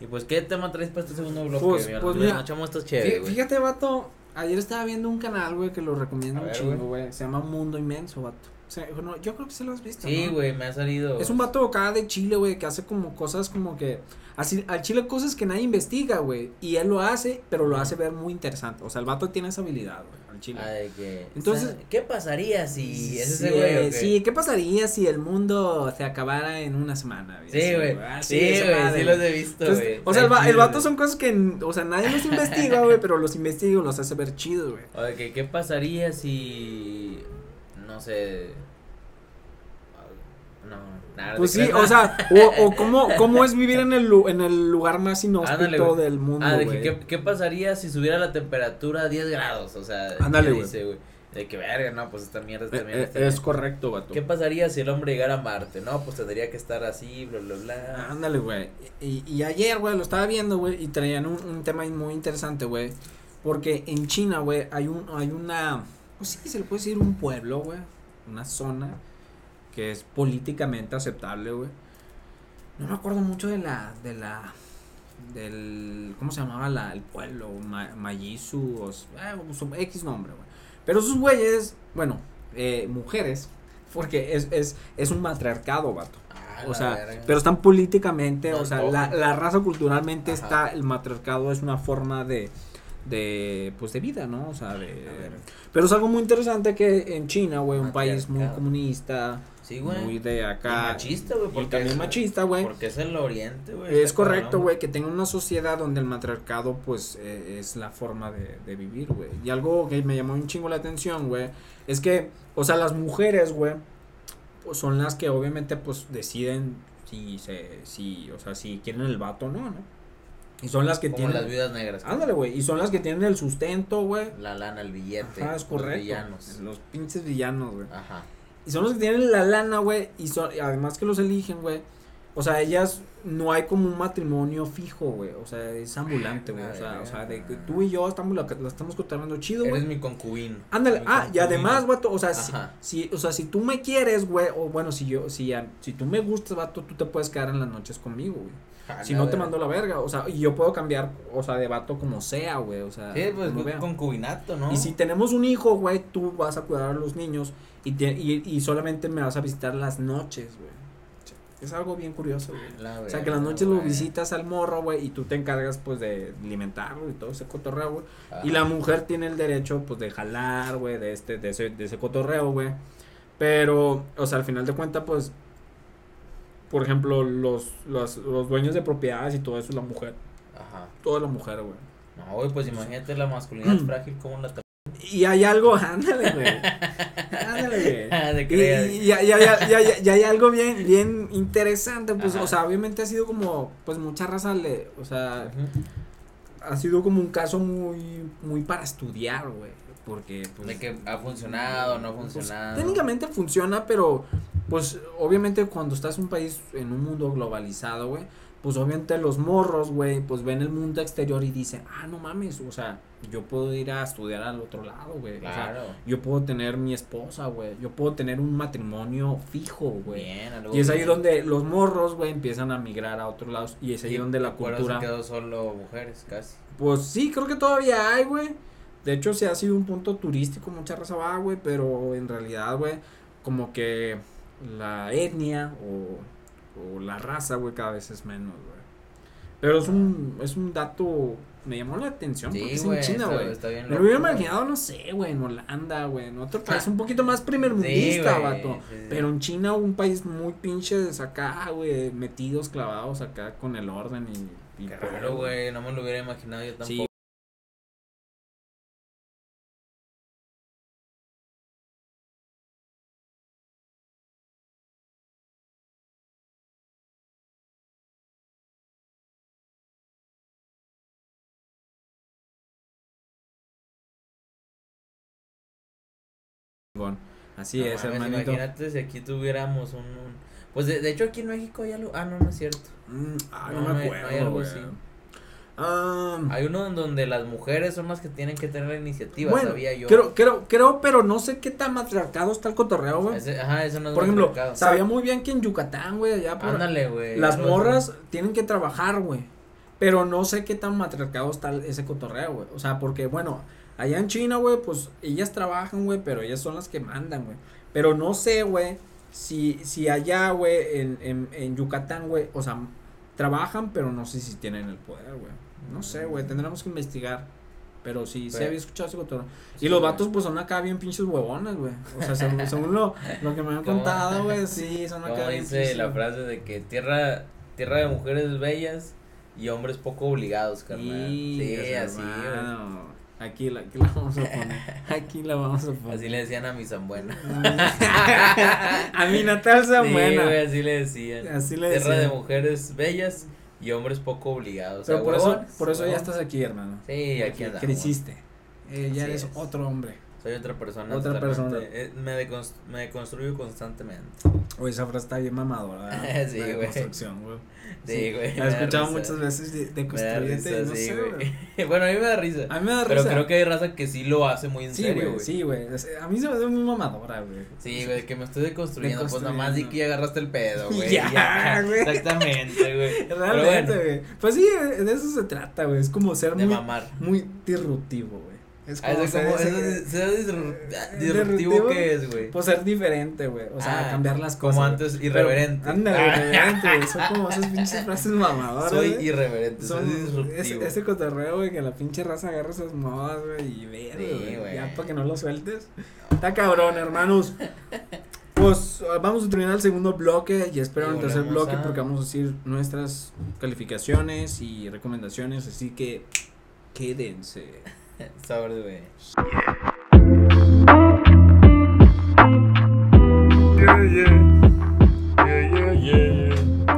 S2: y pues, ¿qué tema traes para este segundo bloque?
S1: Pues-
S2: mi
S1: pues
S2: hermano?
S1: mira,
S2: Nos echamos estas
S1: Fí-
S2: chéveres, güey.
S1: Fíjate, vato. Ayer estaba viendo un canal, güey, que lo recomiendo
S2: A
S1: un
S2: ver,
S1: chingo, güey. Se llama Mundo Inmenso, vato. O sea, bueno, yo creo que se lo has visto.
S2: Sí,
S1: ¿no?
S2: güey, me ha salido.
S1: Es un vato acá de Chile, güey, que hace como cosas como que. Así, al Chile cosas que nadie investiga, güey. Y él lo hace, pero lo hace ver muy interesante. O sea, el vato tiene esa habilidad, güey, al Chile.
S2: Ah, de que.
S1: Entonces-
S2: ¿Qué pasaría si es ese
S1: Sí,
S2: güey? o qué?
S1: sí, ¿qué pasaría si el mundo se acabara en una semana? güey?
S2: Sí,
S1: Así,
S2: güey.
S1: Así,
S2: Sí,
S1: ah, esa
S2: güey.
S1: madre,
S2: Sí, los he visto,
S1: entonces,
S2: güey.
S1: o sea, el, va-
S2: Está
S1: el
S2: chido,
S1: vato
S2: güey.
S1: son cosas que, o sea, nadie los investiga, güey, pero los investiga y los hace ver chidos, güey.
S2: O de que, ¿qué pasaría si. No sé. No, nada.
S1: Pues
S2: te
S1: sí,
S2: creas,
S1: o
S2: nada.
S1: sea, o,
S2: *laughs*
S1: o cómo, cómo es vivir en el, lu- en el lugar más
S2: Ándale,
S1: inhóspito
S2: güey.
S1: del mundo,
S2: Ah, de que,
S1: güey.
S2: ¿qué, qué pasaría si subiera la temperatura a 10 grados? O sea,
S1: Ándale,
S2: ¿qué
S1: güey.
S2: dice, güey? De que verga, no, pues esta mierda,
S1: Eh,
S2: esta mierda.
S1: eh,
S2: esta
S1: es
S2: mierda.
S1: correcto, vato.
S2: ¿Qué pasaría si el hombre llegara a Marte? No, pues tendría que estar así, bla, bla, bla.
S1: Ándale, güey. Y, y ayer, güey, lo estaba viendo, güey, y traían un, un tema muy interesante, güey. Porque en China, güey, hay, un, hay una, pues sí, se le puede decir un pueblo, güey, una zona que es políticamente aceptable, güey. No me acuerdo mucho de la, de la, del, ¿cómo se llamaba la, el pueblo? Ma- Mayizu, o s- eh, su- X nombre, güey. Pero sus güeyes, bueno, eh, mujeres, porque es, es, es un matriarcado, vato.
S2: Ah,
S1: O
S2: la
S1: sea,
S2: verga.
S1: pero están políticamente,
S2: No,
S1: o sea,
S2: todo.
S1: la, la raza culturalmente
S2: Ajá.
S1: está, el matriarcado es una forma de, de pues de vida, ¿no? O sea, de pero es algo muy interesante que en China, güey, un país muy
S2: Matriarcado.
S1: comunista,
S2: Sí, güey.
S1: muy de
S2: Y
S1: acá.
S2: machista, güey.
S1: Y
S2: porque
S1: también
S2: es-
S1: machista, güey.
S2: Porque es el oriente, güey.
S1: Es
S2: Pues, está
S1: correcto,
S2: cabrón.
S1: güey, que tenga una sociedad donde el matriarcado, pues, eh, es la forma de, de vivir, güey. Y algo que me llamó un chingo la atención, güey, es que, o sea, las mujeres, güey, pues, son las que obviamente, pues, deciden si se, si, o sea, si quieren el vato o no, ¿no? Y son las que Ah,
S2: Como
S1: tienen...
S2: las viudas negras. cabrón.
S1: Ándale, güey, y son las que tienen el sustento, güey.
S2: La lana, el billete.
S1: Ajá, es correcto.
S2: Los villanos.
S1: Los pinches villanos, güey.
S2: Ajá.
S1: Y son los que tienen la lana, güey. Y son, además que los eligen, güey. O sea, ellas no hay como un matrimonio fijo, güey. O sea, es ambulante, güey. O sea, o sea, de que tú y yo estamos la, la estamos contando chido,
S2: Eres
S1: güey.
S2: mi concubino.
S1: Ándale,
S2: Mi
S1: ah, y
S2: concubino.
S1: además, vato, o sea, si,
S2: Ajá.
S1: si- o sea, si tú me quieres, güey, o bueno, si yo, si, a- si tú me gustas, vato, tú te puedes quedar en las noches conmigo, güey.
S2: Ah,
S1: Si
S2: la
S1: no te
S2: verga.
S1: mando la verga, o sea, y yo puedo cambiar, o sea, de vato como sea, güey, o sea.
S2: Sí, pues
S1: como
S2: con-
S1: vea.
S2: concubinato, ¿no?
S1: Y si tenemos un hijo, güey, tú vas a cuidar a los niños y, te- y, y solamente me vas a visitar las noches, güey. Es algo bien curioso, güey.
S2: La
S1: O sea, que
S2: verga,
S1: las noches lo
S2: güey.
S1: visitas al morro, güey, y tú te encargas, pues, de alimentarlo y todo ese cotorreo, güey.
S2: Ajá.
S1: Y la mujer tiene el derecho, pues, de jalar, güey, de, este, de, ese, de ese cotorreo, güey. Pero, o sea, al final de cuentas, pues, por ejemplo, los, los, los dueños de propiedades y todo eso, la mujer,
S2: Ajá.
S1: toda la mujer, güey.
S2: No, güey, pues imagínate la masculinidad
S1: mm.
S2: frágil, ¿cómo la *laughs* te...
S1: Y hay algo, *laughs* ándale, güey. Ándale, güey.
S2: Te
S1: Y,
S2: creas.
S1: y- y hay- hay- hay- hay- y hay algo bien, bien interesante, pues,
S2: Ajá.
S1: o sea, obviamente ha sido como, pues, mucha raza le, o sea,
S2: Ujú.
S1: ha sido como un caso muy, muy para estudiar, güey, porque, pues.
S2: De que ha funcionado, no ha
S1: pues,
S2: funcionado.
S1: técnicamente funciona, pero, pues, obviamente cuando estás en un país, en un mundo globalizado, güey, pues, obviamente los morros, güey, pues, ven el mundo exterior y dicen, ah, no mames, o sea, yo puedo ir a estudiar al otro lado, güey, o sea,
S2: Claro.
S1: yo puedo tener mi esposa, güey. Yo puedo tener un matrimonio fijo, güey.
S2: Bien, algo
S1: Y es ahí
S2: bien.
S1: donde los morros, güey, empiezan a migrar a otros lados. Y es ahí
S2: Sí,
S1: donde la
S2: por eso
S1: cultura.
S2: quedó solo mujeres, casi.
S1: Pues sí, creo que todavía hay, güey. De hecho, se ha sido un punto turístico, mucha raza va, güey. Pero en realidad, güey, como que la etnia o, o la raza, güey, cada vez es menos, güey. Pero es un, es un dato. Me llamó la atención porque
S2: Sí,
S1: es
S2: güey.
S1: en China,
S2: está-
S1: güey.
S2: está bien
S1: Me lo
S2: loco,
S1: hubiera
S2: güey.
S1: imaginado, no sé, güey, en Holanda, güey, en otro país un poquito más primermundista,
S2: Sí, güey,
S1: vato.
S2: sí, sí.
S1: Pero en China, un país muy pinche de acá, güey, metidos, clavados acá con el orden y. y
S2: Qué
S1: poder,
S2: raro, güey. No me lo hubiera imaginado yo tampoco.
S1: Sí. chingón. Así
S2: No
S1: es,
S2: mames,
S1: hermanito.
S2: Imagínate si aquí tuviéramos un. un- Pues de, de hecho aquí en México hay algo. Ah, no, no es cierto.
S1: Mm, ah,
S2: No,
S1: no,
S2: no
S1: me
S2: hay- no hay
S1: acuerdo,
S2: algo
S1: güey.
S2: así.
S1: Ah,
S2: Hay uno en donde las mujeres son las que tienen que tener la iniciativa,
S1: bueno,
S2: sabía yo.
S1: creo, creo, creo, pero no sé qué tan matriarcado está el cotorreo, güey.
S2: Ese- ajá, eso no es
S1: Por ejemplo,
S2: mercado.
S1: sabía muy bien que en Yucatán, güey, allá por
S2: Ándale, güey.
S1: las
S2: algo así.
S1: morras tienen que trabajar, güey. Pero no sé qué tan matriarcado está el- ese cotorreo, güey. O sea, porque, bueno, allá en China, güey, pues ellas trabajan, güey, pero ellas son las que mandan, güey. Pero no sé, güey, si, si allá, güey, en, en, en Yucatán, güey, o sea, trabajan, pero no sé si tienen el poder, güey. No sé, güey, tendremos que investigar. Pero sí, se
S2: Mm. Pero-
S1: había escuchado ese cotorreo.
S2: Sí,
S1: Y los
S2: güey.
S1: vatos, pues, son acá bien pinches huevones, güey. O sea,
S2: *laughs*
S1: según, según lo, lo que me han
S2: ¿Cómo?
S1: contado, güey, sí, son acá
S2: Como
S1: bien
S2: dice
S1: pinches-
S2: la frase de que tierra, tierra de mujeres bellas y hombres poco obligados, carnal.
S1: Y,
S2: sí, así, güey.
S1: hermano, Aquí la, aquí la vamos a
S2: *laughs*
S1: poner. Aquí la vamos a poner.
S2: Así le decían a
S1: *laughs*
S2: mi zambuena.
S1: a mi Natal
S2: Sí, güey,
S1: Zambuena.
S2: así le decían.
S1: así le
S2: Tierra
S1: decía.
S2: de mujeres bellas y hombres poco obligados.
S1: Pero
S2: Ah,
S1: por eso,
S2: huevones,
S1: por eso ya
S2: huevones.
S1: estás aquí, hermano.
S2: Sí, aquí andamos.
S1: Creciste. Eh, ya
S2: Así
S1: eres
S2: es.
S1: otro hombre.
S2: Soy otra persona.
S1: Otra
S2: totalmente.
S1: persona.
S2: Eh, me, deconst- me deconstruyo constantemente.
S1: Oye, esa frase está bien mamadora. ¿verdad?
S2: *laughs* Sí,
S1: La de
S2: güey.
S1: construcción, güey.
S2: Sí,
S1: La he
S2: güey. me da
S1: escuchado
S2: risa.
S1: muchas veces de, de
S2: Me da
S1: construyente y
S2: risa,
S1: no
S2: sí,
S1: sé,
S2: güey.
S1: güey.
S2: *laughs* bueno, a mí me da risa.
S1: A mí me da
S2: pero
S1: risa.
S2: creo que hay raza que sí lo hace muy en
S1: Sí,
S2: serio,
S1: güey,
S2: güey.
S1: sí, güey. Es- A mí se me hace muy mamadora, güey.
S2: Sí, güey, que me estoy deconstruyendo. Pues nada más di
S1: Deconstruyendo.
S2: que ya agarraste
S1: *laughs*
S2: el pedo, güey.
S1: Ya, güey. *laughs*
S2: Exactamente, güey. Pero
S1: Realmente,
S2: bueno,
S1: güey. Pues sí, de eso se trata, güey. Es como ser
S2: de
S1: muy eh,
S2: mamar.
S1: muy disruptivo, güey.
S2: Es como, ah, es como ser, es, ser
S1: eh,
S2: disruptivo, ah, disruptivo que es, güey.
S1: Pues ser diferente, güey. O sea, ah, cambiar las cosas.
S2: Como antes, irreverente. Ah.
S1: Anda, irreverente, güey. Son como esas
S2: *laughs*
S1: pinches frases mamadoras.
S2: Soy wey. irreverente, Son, soy disruptivo.
S1: Es, ese cotorreo, güey, que la pinche raza agarra esas modas, güey, y verde, güey. Sí, ya para que no lo sueltes. No. Está cabrón, hermanos. Pues vamos a terminar el segundo bloque y espero en el tercer bloque a... porque vamos a decir nuestras calificaciones y recomendaciones, así que quédense.
S2: Sabor de bebé.
S1: Yeah,
S2: *laughs*
S1: yeah. Yeah, yeah, yeah.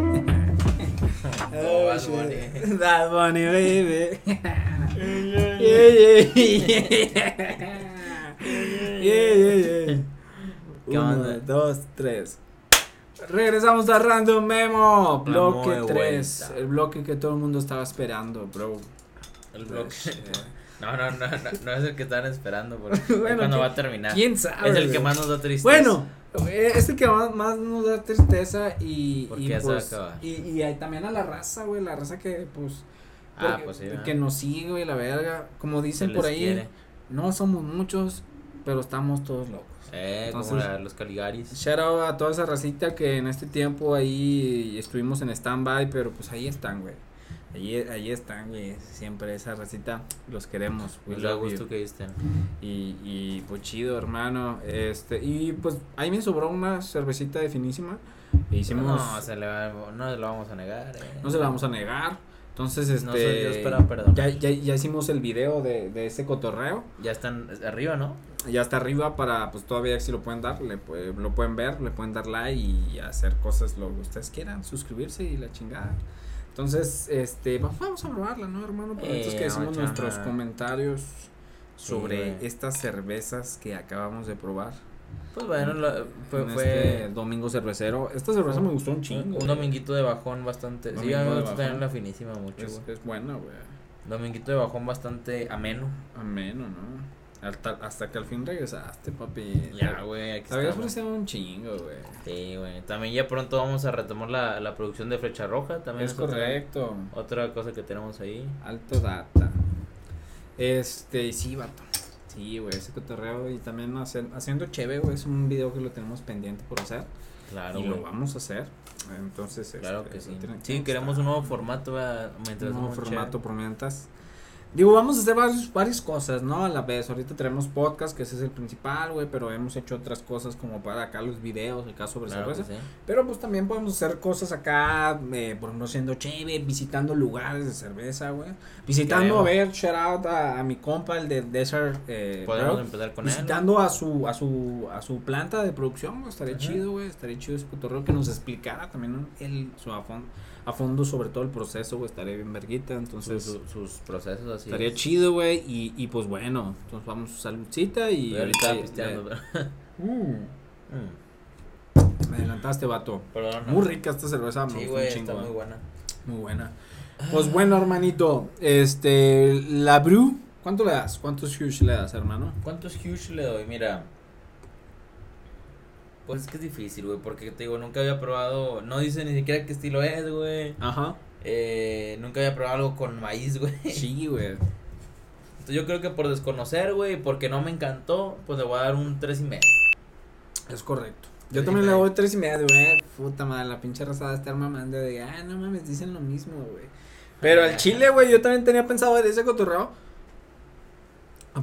S1: oh, Bad Bunny. *laughs* Bad Bunny,
S2: *laughs*
S1: baby. yeah, yeah, yeah. Yeah, yeah, yeah. Uno, dos, tres. Regresamos a Random Memo. Bloque 3. El bloque que todo el mundo estaba esperando, bro. Eh,
S2: El bloque. No, no, no, no, no es el que estaban esperando, porque
S1: *laughs*
S2: bueno, es cuando va a terminar.
S1: ¿Quién sabe?
S2: Es el que más nos da tristeza.
S1: Bueno, eh, es el que más, más nos da tristeza y.
S2: Porque
S1: y
S2: ya
S1: pues,
S2: se va a acabar.
S1: Y, y hay también a la raza, güey, la raza que, pues.
S2: Ah, pues sí,
S1: que nos sigue, güey, la verga. Como dicen por ahí, quiere. no somos muchos, pero estamos todos locos.
S2: Eh, Entonces, como la, los Caligaris.
S1: Shout out a toda esa racita que en este tiempo ahí estuvimos en stand-by, pero pues ahí están, güey. Allí, allí están, güey. Siempre esa racita, los queremos.
S2: Me da gusto que estén.
S1: Y, y pues chido, hermano. Este, y pues ahí me sobró una cervecita de finísima. E hicimos.
S2: No, se le va, no se la vamos a negar. Eh.
S1: No se la vamos a negar. Entonces, este. No
S2: soy yo, espera, perdón.
S1: Ya, ya, ya, hicimos el video de, de ese cotorreo.
S2: Ya están arriba, ¿no?
S1: Ya está arriba para, pues todavía si lo pueden dar, le, lo pueden ver, le pueden dar like y hacer cosas lo que ustedes quieran, suscribirse y la chingada. Entonces, este, vamos a probarla, ¿no, hermano? Pero entonces eh, que decimos no, nuestros comentarios sobre sí, estas cervezas que acabamos de probar.
S2: Pues bueno, la, fue,
S1: fue este domingo cervecero. Esta cerveza me gustó un chingo.
S2: Un dominguito de bajón bastante. Domingo sí, a mí me gusta tener la finísima mucho.
S1: Es, es buena, güey.
S2: Dominguito de bajón bastante ameno.
S1: Ameno, ¿no? Hasta, hasta que al fin regresaste, papi.
S2: Ya, güey.
S1: Habías ofrecido un chingo, güey.
S2: Sí, güey. También ya pronto vamos a retomar la, la producción de Flecha Roja. También
S1: es, es correcto.
S2: Otra, otra cosa que tenemos ahí.
S1: Alto data. Este, sí, vato. Sí, güey, ese cotorreo y también hacer, haciendo chévere, güey, es un video que lo tenemos pendiente por hacer.
S2: Claro.
S1: Y
S2: güey.
S1: lo vamos a hacer. Entonces,
S2: claro este, que sí. Que sí, queremos estar. un nuevo formato, ¿verdad?
S1: mientras un nuevo formato por mientras. Digo, vamos a hacer varios, varias cosas, ¿no? A la vez, ahorita tenemos podcast, que ese es el principal, güey, pero hemos hecho otras cosas como para acá los videos, acá sobre claro cerveza. Sí. Pero pues también podemos hacer cosas acá, eh, por ejemplo, siendo chévere, visitando lugares de cerveza, güey. Visitando, a ver, shout out a, a, mi compa, el de Desert. Eh,
S2: podemos Brock, empezar con
S1: Visitando
S2: él,
S1: ¿no? a, su, a, su, a su planta de producción, güey, estaría Ajá. chido, güey, estaría chido ese cotorreo que nos explicara también el, su a fondo, a fondo sobre todo el proceso, güey, estaría bien verguita, entonces.
S2: Su, su, sus procesos
S1: pues,
S2: así.
S1: Estaría es. chido, güey. Y, y pues bueno, entonces vamos a saludcita y
S2: Pero ahorita. pisteando, mm.
S1: mm.
S2: *laughs*
S1: Me adelantaste, vato.
S2: Perdón,
S1: muy rica esta cerveza,
S2: sí, güey, está muy buena.
S1: Muy buena. Pues bueno, hermanito, este, la brew, ¿cuánto le das? ¿Cuántos huge le das, hermano?
S2: ¿Cuántos huge le doy? Mira, pues es que es difícil, güey, porque te digo, nunca había probado, no dice ni siquiera qué estilo es, güey. *laughs*
S1: Ajá.
S2: Eh, nunca había probado algo con maíz, güey.
S1: Sí, güey.
S2: Entonces yo creo que por desconocer, güey, porque no me encantó, pues le voy a dar un tres y medio. *laughs*
S1: Es correcto. Yo también le doy tres y medio, güey. Puta madre, la pinche raza de estar mamando de, ah, no mames, dicen lo mismo, güey. Pero al chile, güey, yo también tenía pensado en ese cotorreo.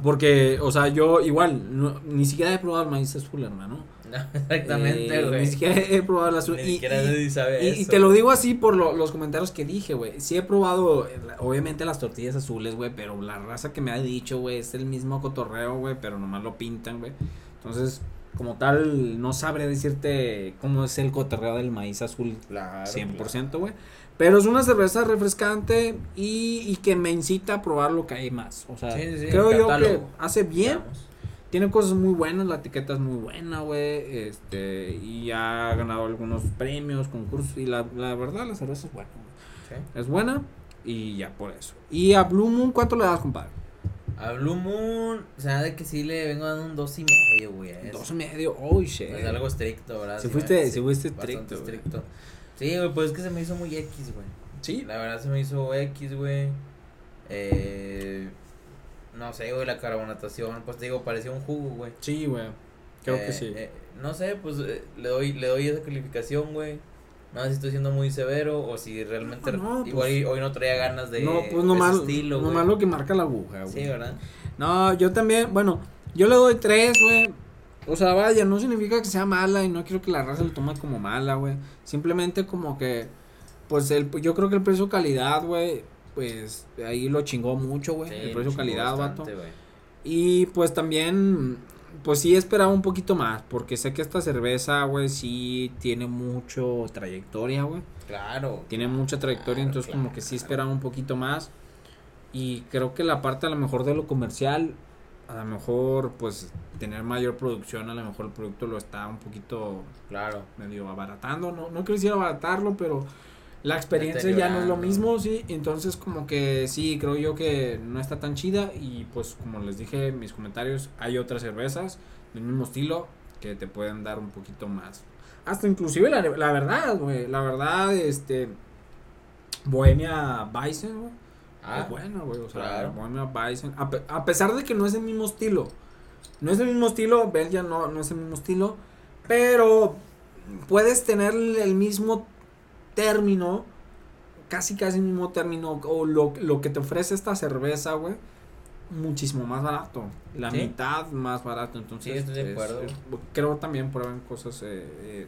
S1: Porque, o sea, yo igual, no, ni siquiera he probado el maíz azul, hermano.
S2: No, exactamente, güey. Eh,
S1: ni siquiera he probado el azul.
S2: Ni
S1: y,
S2: siquiera
S1: y,
S2: y, sabe
S1: y,
S2: eso.
S1: y, te lo digo así por lo, los comentarios que dije, güey. Sí he probado, eh, la, obviamente, las tortillas azules, güey, pero la raza que me ha dicho, güey, es el mismo cotorreo, güey, pero nomás lo pintan, güey. Entonces, como tal, no sabré decirte cómo es el cotorreo del maíz azul
S2: claro,
S1: 100%, güey. Pero es una cerveza refrescante y, y, que me incita a probar lo que hay más. O sea, sí, sí, creo yo que hace bien. Digamos. Tiene cosas muy buenas, la etiqueta es muy buena, güey. Este, y ha ganado algunos premios, concursos. Y la, la verdad, la cerveza es buena.
S2: Sí.
S1: Es buena y ya por eso. ¿Y a Blue Moon cuánto le das, compadre?
S2: A Blue Moon, o sea, de que sí le vengo dando un dos y medio, güey.
S1: Dos y medio, oh shit.
S2: Es pues algo estricto, ¿verdad?
S1: Si fuiste, si fuiste estricto.
S2: estricto. Sí, güey, pues es que se me hizo muy X, güey.
S1: Sí.
S2: La verdad se me hizo X, güey. Eh, no sé, güey, la carbonatación, pues te digo, parecía un jugo, güey.
S1: Sí, güey. Creo
S2: Eh,
S1: que sí.
S2: eh, no sé, pues eh, le doy le doy esa calificación, güey. No sé si estoy siendo muy severo o si realmente
S1: No, no,
S2: igual
S1: pues-
S2: y hoy no traía ganas de,
S1: no, pues
S2: de ese
S1: nomás,
S2: estilo, güey.
S1: nomás lo que marca la aguja, güey.
S2: Sí, ¿verdad?
S1: No, yo también, bueno, yo le doy tres, güey. O sea, vaya, no significa que sea mala y no quiero que la raza lo tome como mala, güey. Simplemente como que, pues el, yo creo que el precio calidad, güey, pues ahí lo chingó mucho, güey.
S2: Sí,
S1: el
S2: me
S1: precio
S2: chingó
S1: calidad, vato.
S2: bastante, güey.
S1: Y pues también, pues sí esperaba un poquito más, porque sé que esta cerveza, güey, sí tiene mucho trayectoria, güey
S2: Claro.
S1: tiene mucha trayectoria,
S2: Claro,
S1: entonces
S2: Ah, claro,
S1: como que sí
S2: claro.
S1: esperaba un poquito más. Y creo que la parte a lo mejor de lo comercial, a lo mejor pues tener mayor producción, a lo mejor el producto lo está un poquito
S2: Claro.
S1: medio abaratando, no, no quisiera abaratarlo, pero la experiencia ya no es lo
S2: Deteriorando.
S1: mismo, sí, entonces como que sí, creo yo que no está tan chida y pues como les dije en mis comentarios, hay otras cervezas del mismo estilo que te pueden dar un poquito más. Hasta inclusive la, la verdad, güey, la verdad, este, Bohemia Bison, güey.
S2: Ah,
S1: Es bueno, güey. O sea,
S2: claro.
S1: Bohemia Bison. A, pe- a pesar de que no es el mismo estilo. No es el mismo estilo. Belgia no, no es el mismo estilo. Pero puedes tener el el mismo término. Casi, casi el mismo término. O lo, lo que te ofrece esta cerveza, güey. Muchísimo más barato. La
S2: Sí.
S1: mitad más barato. Entonces,
S2: Sí, estoy de
S1: es-
S2: acuerdo.
S1: es- creo también prueban cosas eh, eh,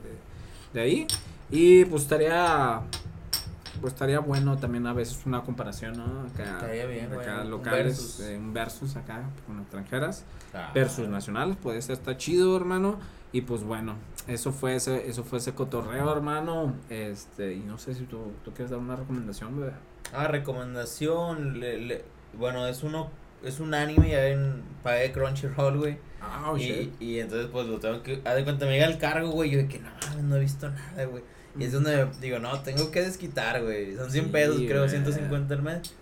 S1: de, de ahí. Y pues estaría. Pues estaría bueno también a veces una comparación, ¿no? Acá,
S2: Estaría bien,
S1: acá
S2: güey, un
S1: locales,
S2: versus.
S1: eh, un versus acá con extranjeras
S2: ah,
S1: versus nacionales, puede ser, está chido, hermano. Y pues bueno, eso fue ese, eso fue ese cotorreo, hermano. Este, y no sé si tú, tú quieres dar una recomendación, bebé.
S2: Ah, recomendación. le- le- bueno, es uno es un anime ya en pagué Crunchyroll, güey.
S1: Oh,
S2: y, y entonces pues lo tengo que haz de cuenta me llega el cargo, güey, yo de que no, mames, no he visto nada, güey. Y es donde digo, no, tengo que desquitar, güey. Son 100
S1: Mm. Sí,
S2: pesos, creo,
S1: güey.
S2: 150 al mes.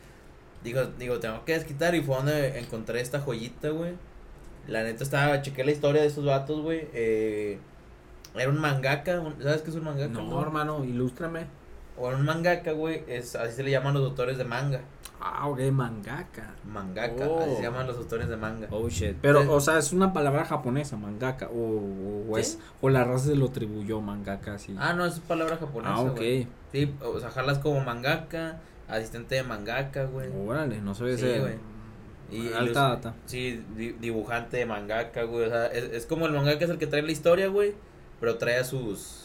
S2: Digo, digo, tengo que desquitar y fue donde encontré esta joyita, güey. La neta estaba, chequé la historia de estos vatos, güey. eh, era un mangaka, un- ¿sabes qué es un mangaka?
S1: No, hermano, ilústrame.
S2: O era un mangaka, güey, es, así se le llaman los autores de manga.
S1: Ah, ok, mangaka.
S2: Mangaka,
S1: Oh.
S2: así se llaman los autores de manga.
S1: Oh shit. Pero,
S2: Sí.
S1: o sea, es una palabra japonesa, mangaka. O, o, o es.
S2: Eh. Sí.
S1: O la raza se lo atribuyó mangaka, así.
S2: Ah, no, es palabra japonesa,
S1: Ah, ok.
S2: güey. Sí, o sea, jalas como mangaka, asistente de mangaka, güey.
S1: Órale, no sabía
S2: Sí,
S1: ese.
S2: güey. Y-
S1: Alta
S2: y los-
S1: data.
S2: Sí, di- dibujante de mangaka, güey. O sea, es, es como el mangaka es el que trae la historia, güey. Pero trae a sus.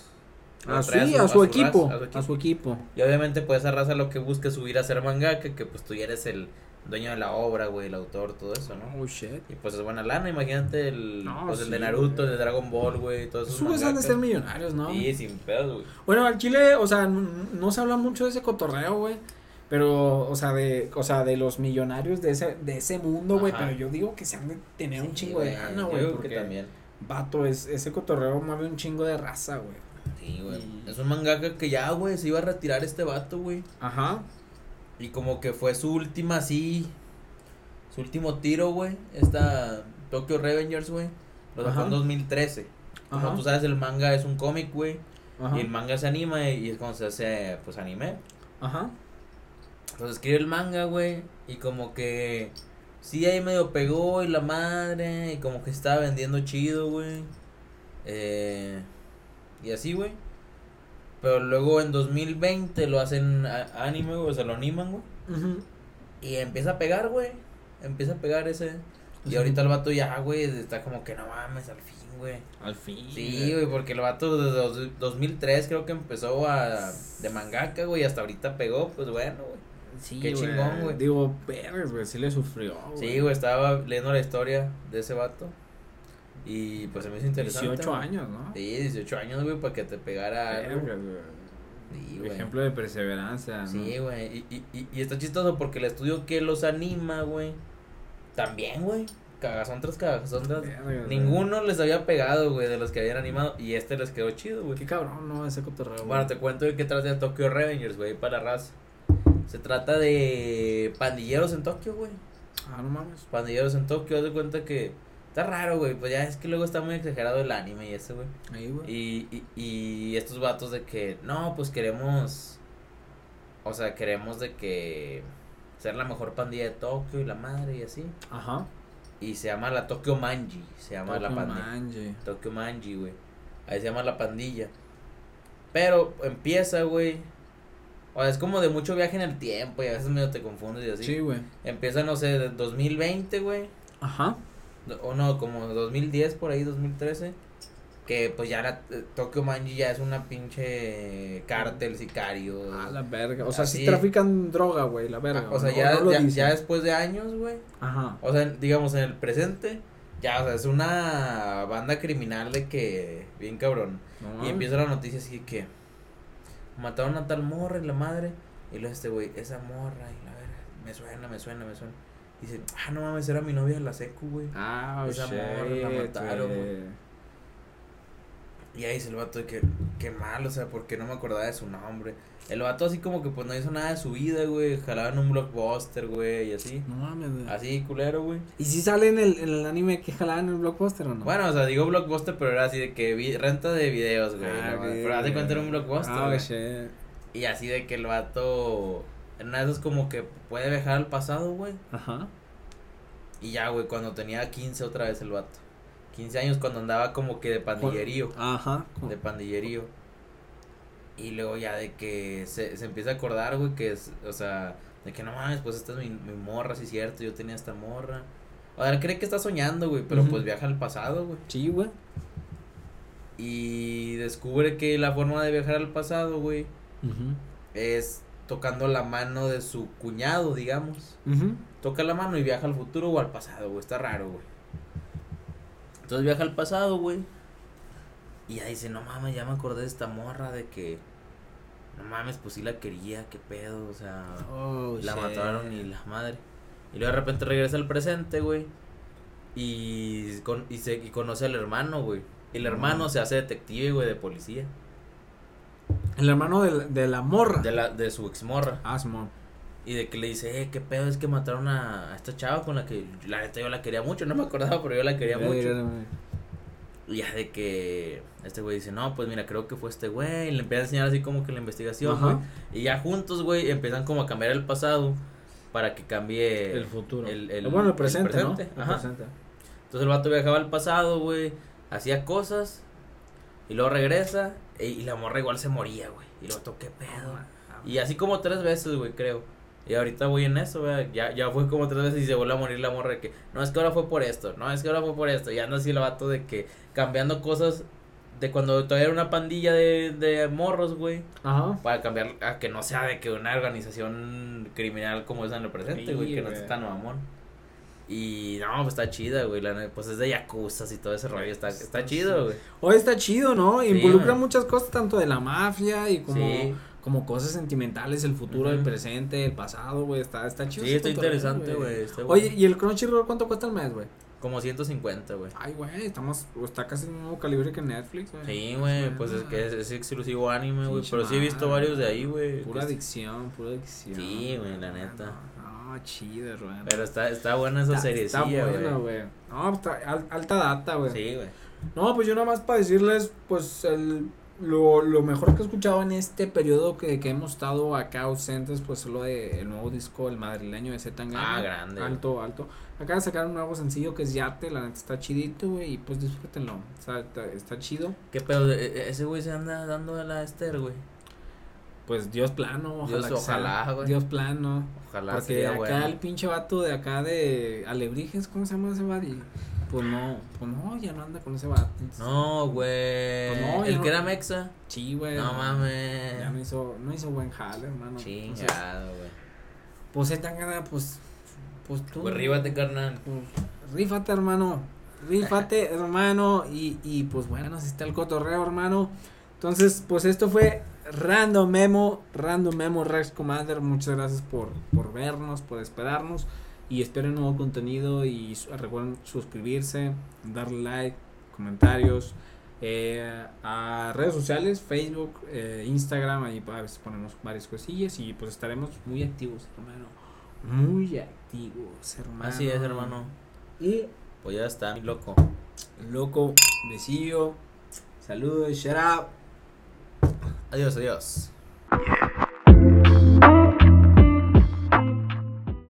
S1: Ah,
S2: trae
S1: sí, a su, equipo,
S2: raza, a su equipo.
S1: a su equipo.
S2: Y obviamente, pues esa raza lo que busca es subir a ser mangaka, que pues tú ya eres el dueño de la obra, güey, el autor, todo eso, ¿no?
S1: Oh shit.
S2: Y pues es buena lana, imagínate el,
S1: No,
S2: pues, el de
S1: sí,
S2: Naruto,
S1: güey.
S2: el de Dragon Ball, güey, todos esos.
S1: Subes Pues han de
S2: mangakas.
S1: ser millonarios, ¿no?
S2: Sí, sin pedos, güey.
S1: Bueno, al Chile, o sea, n- no se habla mucho de ese cotorreo, güey. Pero, o sea, de, o sea, de los millonarios de ese, de ese mundo, güey.
S2: Ajá.
S1: Pero yo digo que se han de tener un
S2: Sí,
S1: chingo de lana,
S2: yo
S1: güey.
S2: digo que
S1: Porque
S2: también.
S1: Vato, es, ese cotorreo mueve un chingo de raza, güey.
S2: Sí, güey.
S1: Y-
S2: Es un mangaka que ya, güey, se iba a retirar este vato, güey.
S1: Ajá.
S2: Y como que fue su última, así. Su último tiro, güey. Esta Tokyo Revengers, güey. Lo sacó
S1: Ajá.
S2: en 2013. Como
S1: Ajá.
S2: tú sabes, el manga es un cómic, güey.
S1: Ajá.
S2: Y el manga se anima y es cuando se hace, pues, anime.
S1: Ajá.
S2: Entonces escribe el manga, güey. Y como que. Sí, ahí medio pegó y la madre. Y como que estaba vendiendo chido, güey. Eh, y así, güey. Pero luego en 2020 lo hacen a- anime, güey. O sea, lo animan, güey.
S1: Ujú.
S2: Y empieza a pegar, güey. Empieza a pegar ese. Y
S1: Ujú.
S2: ahorita el vato ya, güey, está como que no mames, al fin, güey.
S1: Al fin.
S2: Sí, güey, porque el vato desde dos- 2003 creo que empezó a de mangaka, güey, y hasta ahorita pegó, pues bueno, güey.
S1: Sí,
S2: Qué chingón, güey.
S1: Digo, perres, güey, sí le sufrió.
S2: Sí, güey, estaba leyendo la historia de ese vato. Y pues se me hizo interesante.
S1: 18
S2: güey.
S1: años, ¿no?
S2: Sí, 18 años, güey, para que te pegara algo.
S1: Vergas, güey.
S2: Sí, güey.
S1: Ejemplo de perseverancia. ¿no?
S2: Sí, güey. Y, y, y, y está chistoso porque el estudio que los anima, güey. También, güey. Cagazón tras cagazón tras.
S1: Vergas, güey.
S2: Ninguno les había pegado, güey, de los que habían animado. Y este les quedó chido, güey.
S1: Qué cabrón, no, ese cotorreo. güey.
S2: Bueno, te cuento de qué trata Tokyo Revengers, güey, para la raza. Se trata de pandilleros en Tokio, güey.
S1: Ah, no mames.
S2: Pandilleros en Tokio, haz de cuenta que está raro, güey. Pues ya es que luego está muy exagerado el anime y ese, güey.
S1: Ahí, güey.
S2: Y, y, y estos vatos de que, no, pues queremos. O sea, queremos de que. ser la mejor pandilla de Tokio y la madre y así.
S1: Ajá.
S2: Y se llama la Tokyo Manji, se llama la
S1: Tokyo
S2: pandilla.
S1: Manji.
S2: Tokyo Manji, güey. Ahí se llama la pandilla. Pero empieza, güey. O sea, es como de mucho viaje en el tiempo y a veces medio te confundes y así.
S1: Sí, güey.
S2: Empieza, no sé, de 2020, güey.
S1: Ajá.
S2: no- O no, como 2010 por ahí, 2013. Que pues ya la eh, Tokyo Manji ya es una pinche cártel, sicario.
S1: Ah, la verga. O sea, si
S2: Así.
S1: trafican droga, güey, la verga.
S2: Ah, o sea,
S1: güey.
S2: ya,
S1: no lo
S2: ya,
S1: dicen.
S2: ya después de años, güey.
S1: Ajá.
S2: O sea, digamos en el presente, ya, o sea, es una banda criminal de que, bien cabrón.
S1: No
S2: Y
S1: mames.
S2: empieza la noticia así que mataron a tal morra y la madre. Y luego este güey, esa morra, y la verga, me suena, me suena, me suena. Dice, ah, no mames, era mi novia de la secu, güey.
S1: Ah, oh,
S2: Esa morra la
S1: shit,
S2: mataron,
S1: güey.
S2: Y ahí dice el vato de que, qué mal, o sea, porque no me acordaba de su nombre. El vato así como que pues no hizo nada de su vida, güey. Jalaba en un blockbuster, güey, y así.
S1: No mames, güey.
S2: Así, culero, güey.
S1: ¿Y si sale en el, en el anime que jalaban en el blockbuster o no?
S2: Bueno, o sea, digo blockbuster, pero era así de que vi- renta de videos, güey.
S1: Ah,
S2: ¿no?
S1: güey.
S2: pero hace cuenta era un blockbuster.
S1: Ah,
S2: güey.
S1: shit.
S2: y así de que el vato. En una de esas como que puede viajar al pasado, güey.
S1: Ajá.
S2: Y ya, güey, cuando tenía 15 otra vez el vato. 15 años cuando andaba como que de pandillerío.
S1: Ajá.
S2: De pandillerío. Y luego ya de que se, se empieza a acordar, güey, que es, o sea, de que no mames, pues esta es mi, mi morra, sí es cierto, yo tenía esta morra. O sea, él cree que está soñando, güey, pero
S1: Ujú.
S2: pues viaja al pasado, güey.
S1: Sí, güey.
S2: Y descubre que la forma de viajar al pasado, güey,
S1: Ujú.
S2: es tocando la mano de su cuñado, digamos.
S1: Ujú.
S2: Toca la mano y viaja al futuro o al pasado, güey. Está raro, güey. Entonces viaja al pasado, güey. Y ya dice, no mames, ya me acordé de esta morra de que... No mames, pues sí la quería, qué pedo, o sea...
S1: Oh,
S2: la
S1: shit.
S2: mataron y la madre. Y luego de repente regresa al presente, güey. Y, con- y, se, y conoce al hermano, güey. El hermano se hace detective, güey, de policía.
S1: El hermano de la, de la morra. Ah,
S2: De, la, de su exmorra.
S1: Asmo.
S2: Y de que le dice, eh, qué pedo, es que mataron a, a esta chava con la que la neta yo la quería mucho. No me acordaba, pero yo la quería mucho. Y ya de que este güey dice, no, pues mira, creo que fue este güey. Y le empieza a enseñar así como que la investigación,
S1: Ajá.
S2: güey. Y ya juntos, güey, empiezan como a cambiar el pasado para que cambie
S1: El futuro.
S2: el- el-
S1: bueno,
S2: el
S1: el presente,
S2: presente,
S1: ¿no?
S2: ajá.
S1: El presente.
S2: Entonces el vato viajaba al pasado, güey, hacía cosas y luego regresa e- y la morra igual se moría, güey. Y lo toqué pedo. Y así como tres veces, güey, creo. Y ahorita voy en eso, güey. Ya, ya fue como tres veces y se vuelve a morir la morra de que no es que ahora fue por esto, no es que ahora fue por esto. Y anda así el vato de que cambiando cosas de cuando todavía era una pandilla de, de morros, güey.
S1: Ajá.
S2: Para cambiar a que no sea de que una organización criminal como esa en el presente,
S1: Sí,
S2: güey, que no
S1: güey.
S2: está tan mamón. Y no, pues está chida, güey, la neta, pues es de yakuza y todo ese rollo,
S1: pues
S2: está, está chido, güey.
S1: Hoy está chido, ¿no?
S2: Sí,
S1: Involucra
S2: güey.
S1: muchas cosas, tanto de la mafia y como,
S2: Sí.
S1: como cosas sentimentales, el futuro, el
S2: Ujú.
S1: presente, el pasado, güey. Está, está chido.
S2: Sí,
S1: ese
S2: está
S1: cotorreo,
S2: interesante, güey. está
S1: Oye,
S2: bueno.
S1: ¿y el Crunchyroll cuánto cuesta al mes, güey?
S2: como 150, güey.
S1: Ay, güey, estamos, está casi en el mismo calibre que Netflix, güey.
S2: Sí, güey, pues es que es, es exclusivo anime, güey,
S1: Pinche
S2: pero sí he visto
S1: madre.
S2: varios de ahí, güey.
S1: Pura
S2: que-
S1: adicción, pura adicción.
S2: Sí, güey, la neta.
S1: No, no, chido, güey.
S2: Pero está, está buena esa
S1: Está-
S2: serie,
S1: Está bueno,
S2: güey.
S1: güey. No, pues, está al- alta data, güey.
S2: Sí, güey.
S1: No, pues yo nada más para decirles, pues, el, lo, lo mejor que he escuchado en este periodo que, que hemos estado acá ausentes, pues, solo de el nuevo disco, el madrileño de Zetangana.
S2: Ah, grande, güey.
S1: Alto, alto. Acá de sacar un nuevo sencillo que es Yate, la neta está chidito, güey, y pues disfrútenlo. O sea, está, está chido.
S2: ¿Qué pedo? E- e- Ese güey se anda dando a la Esther, güey.
S1: Pues Dios plano, ojalá.
S2: Dios,
S1: que sea.
S2: ojalá, güey.
S1: Dios plano.
S2: Ojalá
S1: Porque
S2: sería
S1: acá
S2: bueno.
S1: el pinche vato de acá de Alebrijes, ¿cómo se llama ese vato? Pues no, pues no, ya no anda con ese vato. entonces,
S2: No, güey.
S1: Pues no, ya
S2: el
S1: no-
S2: que era Mexa.
S1: Sí, güey. Ya
S2: No
S1: no
S2: mames.
S1: hizo, no hizo buen jale, hermano. Entonces,
S2: Chingado, güey.
S1: pues esta gana, pues, pues tú.
S2: Pues ríbate, carnal.
S1: Pues, rífate, hermano. Rífate, hermano. Y, y pues bueno, así está el cotorreo, hermano. Entonces, pues esto fue Random Memo, Random Memo Rex Commander. Muchas gracias por, por vernos, por esperarnos. Y esperen nuevo contenido. Y su- recuerden suscribirse, darle like, comentarios. eh, a redes sociales, Facebook, eh, Instagram, ahí pues, ponemos varias cosillas y pues estaremos muy activos, hermano. Muy activos, hermano.
S2: Así es, hermano.
S1: Y
S2: Pues ya está, mi loco.
S1: loco, besillo, saludos, shout out.
S2: Adiós, adiós.